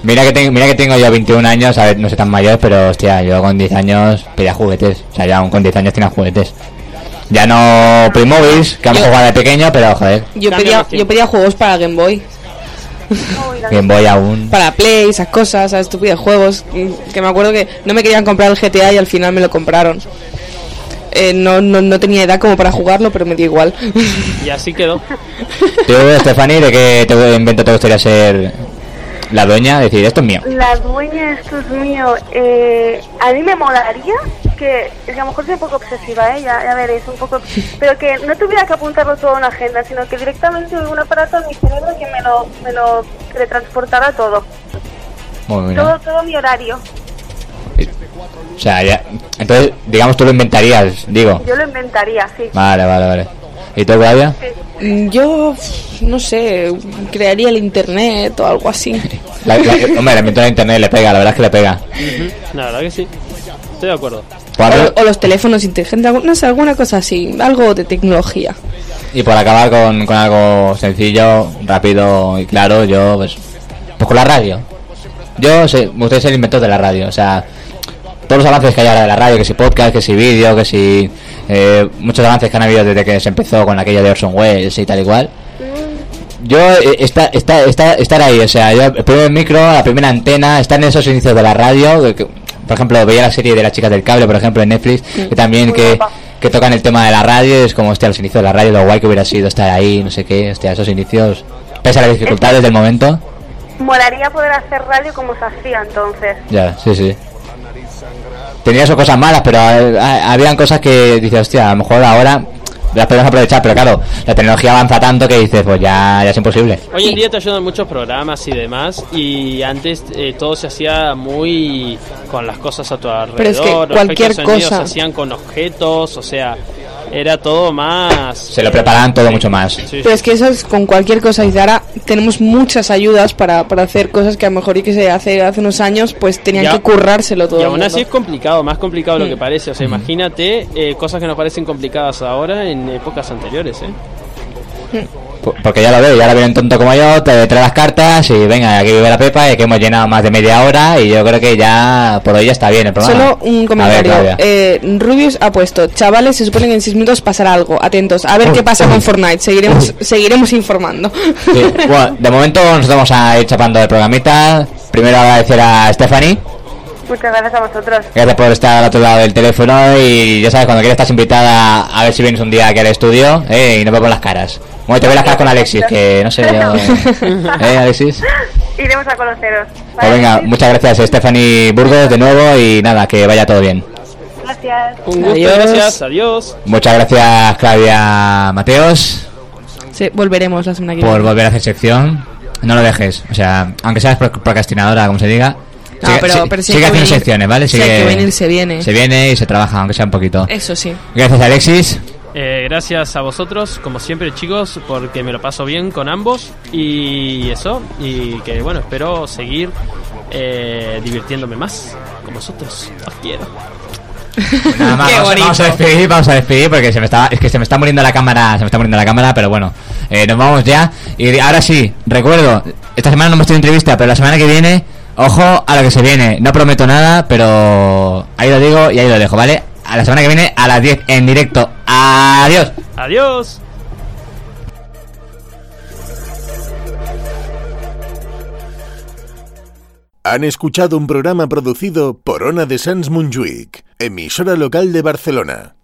Mira que, ten- mira que tengo yo 21 años, a ver, no soy tan mayor, pero hostia, yo con 10 años pedía juguetes. O sea, ya aún con 10 años tenía juguetes. Ya no Playmobilis, que hemos Yo- jugado de pequeño, pero joder, Yo Cambia pedía, los tiempos. yo pedía juegos para Game Boy, Uy, la- bien voy aún. para Play, esas cosas, esas estúpidas juegos. mm, Que me acuerdo que no me querían comprar el GTA y al final me lo compraron. Eh, no, no, no tenía edad como para jugarlo, pero me dio igual. Y así quedó. Tú, Stephanie, ¿de qué te invento te gustaría ser la dueña? Decir, esto es mío. La dueña, esto es mío. Eh, a mí me molaría que, es que a lo mejor soy un poco obsesiva, ¿eh? ya, ya veréis, un poco. Pero que no tuviera que apuntarlo todo en una agenda, sino que directamente hubiera un aparato en mi cerebro que me lo, me lo teletransportara todo. Muy bien. Todo, todo mi horario. O sea, ya. Entonces, digamos, tú lo inventarías, digo. Yo lo inventaría, sí. Vale, vale, vale. ¿Y tú, Claudia? Mm, Yo, no sé, crearía el internet o algo así. La, la, hombre, la inventó de internet, le pega, la verdad es que le pega. Ujú, La verdad que sí. Estoy de acuerdo. Por acá- O, o los teléfonos inteligentes, algo- no sé, alguna cosa así, algo de tecnología. y por acabar con, con algo sencillo, rápido y claro, yo, pues. Pues con la radio. Yo, sé, me gustaría ser el inventor de la radio, o sea. Todos los avances que hay ahora de la radio, que si podcast, que si vídeo, que si. eh, muchos avances que han habido desde que se empezó con aquello de Orson Welles y tal igual. Yo eh, esta, esta, esta- estar ahí, o sea, yo el primer micro, la primera antena, estar en esos inicios de la radio, que- que, por ejemplo, veía la serie de las chicas del cable, por ejemplo, en Netflix, que también que, que tocan el tema de la radio, y es como, hostia, los inicios de la radio, lo guay que hubiera sido estar ahí, no sé qué, hostia, esos inicios, pese a las dificultades del momento, Molaría poder hacer radio como se hacía entonces. ya, sí, sí. Tenía sus cosas malas, pero eh, ha- habían cosas que dices, hostia, a lo mejor ahora las podemos aprovechar, pero claro, la tecnología avanza tanto que dices, pues ya, ya es imposible. Hoy en día te ayudan muchos programas y demás, y antes eh, todo se hacía muy con las cosas a tu alrededor. Pero es que los cualquier efectos sonoros cosa- se hacían con objetos, o sea, era todo más. Se lo preparan todo mucho más. Sí, Pero es que eso es con cualquier cosa. Y ahora tenemos muchas ayudas para, para hacer cosas que a lo mejor y que se hace hace unos años, pues tenían Ya. que currárselo todo. Y el aún así es mundo. Mm. complicado, más complicado de lo que parece. O sea, imagínate eh, cosas que nos parecen complicadas ahora en épocas anteriores. ¿eh? Po- Porque ya lo veo, ya lo veo un tonto como yo, te trae las cartas y venga, aquí vive la Pepa y que hemos llenado más de media hora y yo creo que ya por hoy ya está bien el programa. Solo un comentario. A ver, Claudia. Eh, Rubius ha puesto, chavales, se supone que en 6 minutos pasará algo. Atentos, a ver Uy, qué pasa uy. con Fortnite. Seguiremos, seguiremos informando. Sí, bueno, de momento nos vamos a ir chapando el programita. Primero agradecer a Stephanie, Muchas gracias a vosotros. gracias por estar al otro lado del teléfono y ya sabes, cuando quieras estás invitada a ver si vienes un día aquí al estudio eh, y nos vemos las caras. Bueno, te veo las caras con Alexis, que no sé yo... ¿Eh, Alexis? Iremos a conoceros. Pues venga, muchas gracias Stephanie Burgos de nuevo y nada, que vaya todo bien. Gracias. Un gusto, Adiós. gracias, adiós. Muchas gracias Claudia Mateos Sí, volveremos la semana que viene. por volver a hacer sección. No lo dejes, o sea, aunque seas pro- procrastinadora, como se diga. No, pero- pero sí sigue hay que haciendo venir. secciones, ¿vale? Sí, hay que venir, se viene. Se viene y se trabaja, aunque sea un poquito. Eso sí. Gracias Alexis. Eh, gracias a vosotros, como siempre, chicos, porque me lo paso bien con ambos. Y eso, y que bueno, espero seguir eh, divirtiéndome más con vosotros. Os quiero. Nada más, Qué vamos, bonito. vamos a despedir, vamos a despedir porque se me está, es que se me está muriendo la cámara, se me está muriendo la cámara, pero bueno, eh, nos vamos ya. Y ahora sí, recuerdo, esta semana no hemos tenido entrevista, pero la semana que viene, ojo a lo que se viene. No prometo nada, pero ahí lo digo y ahí lo dejo, ¿vale? A la semana que viene a las 10 en directo. Adiós. Adiós. Han escuchado un programa producido por Ona de Sans Montjuïc, emisora local de Barcelona.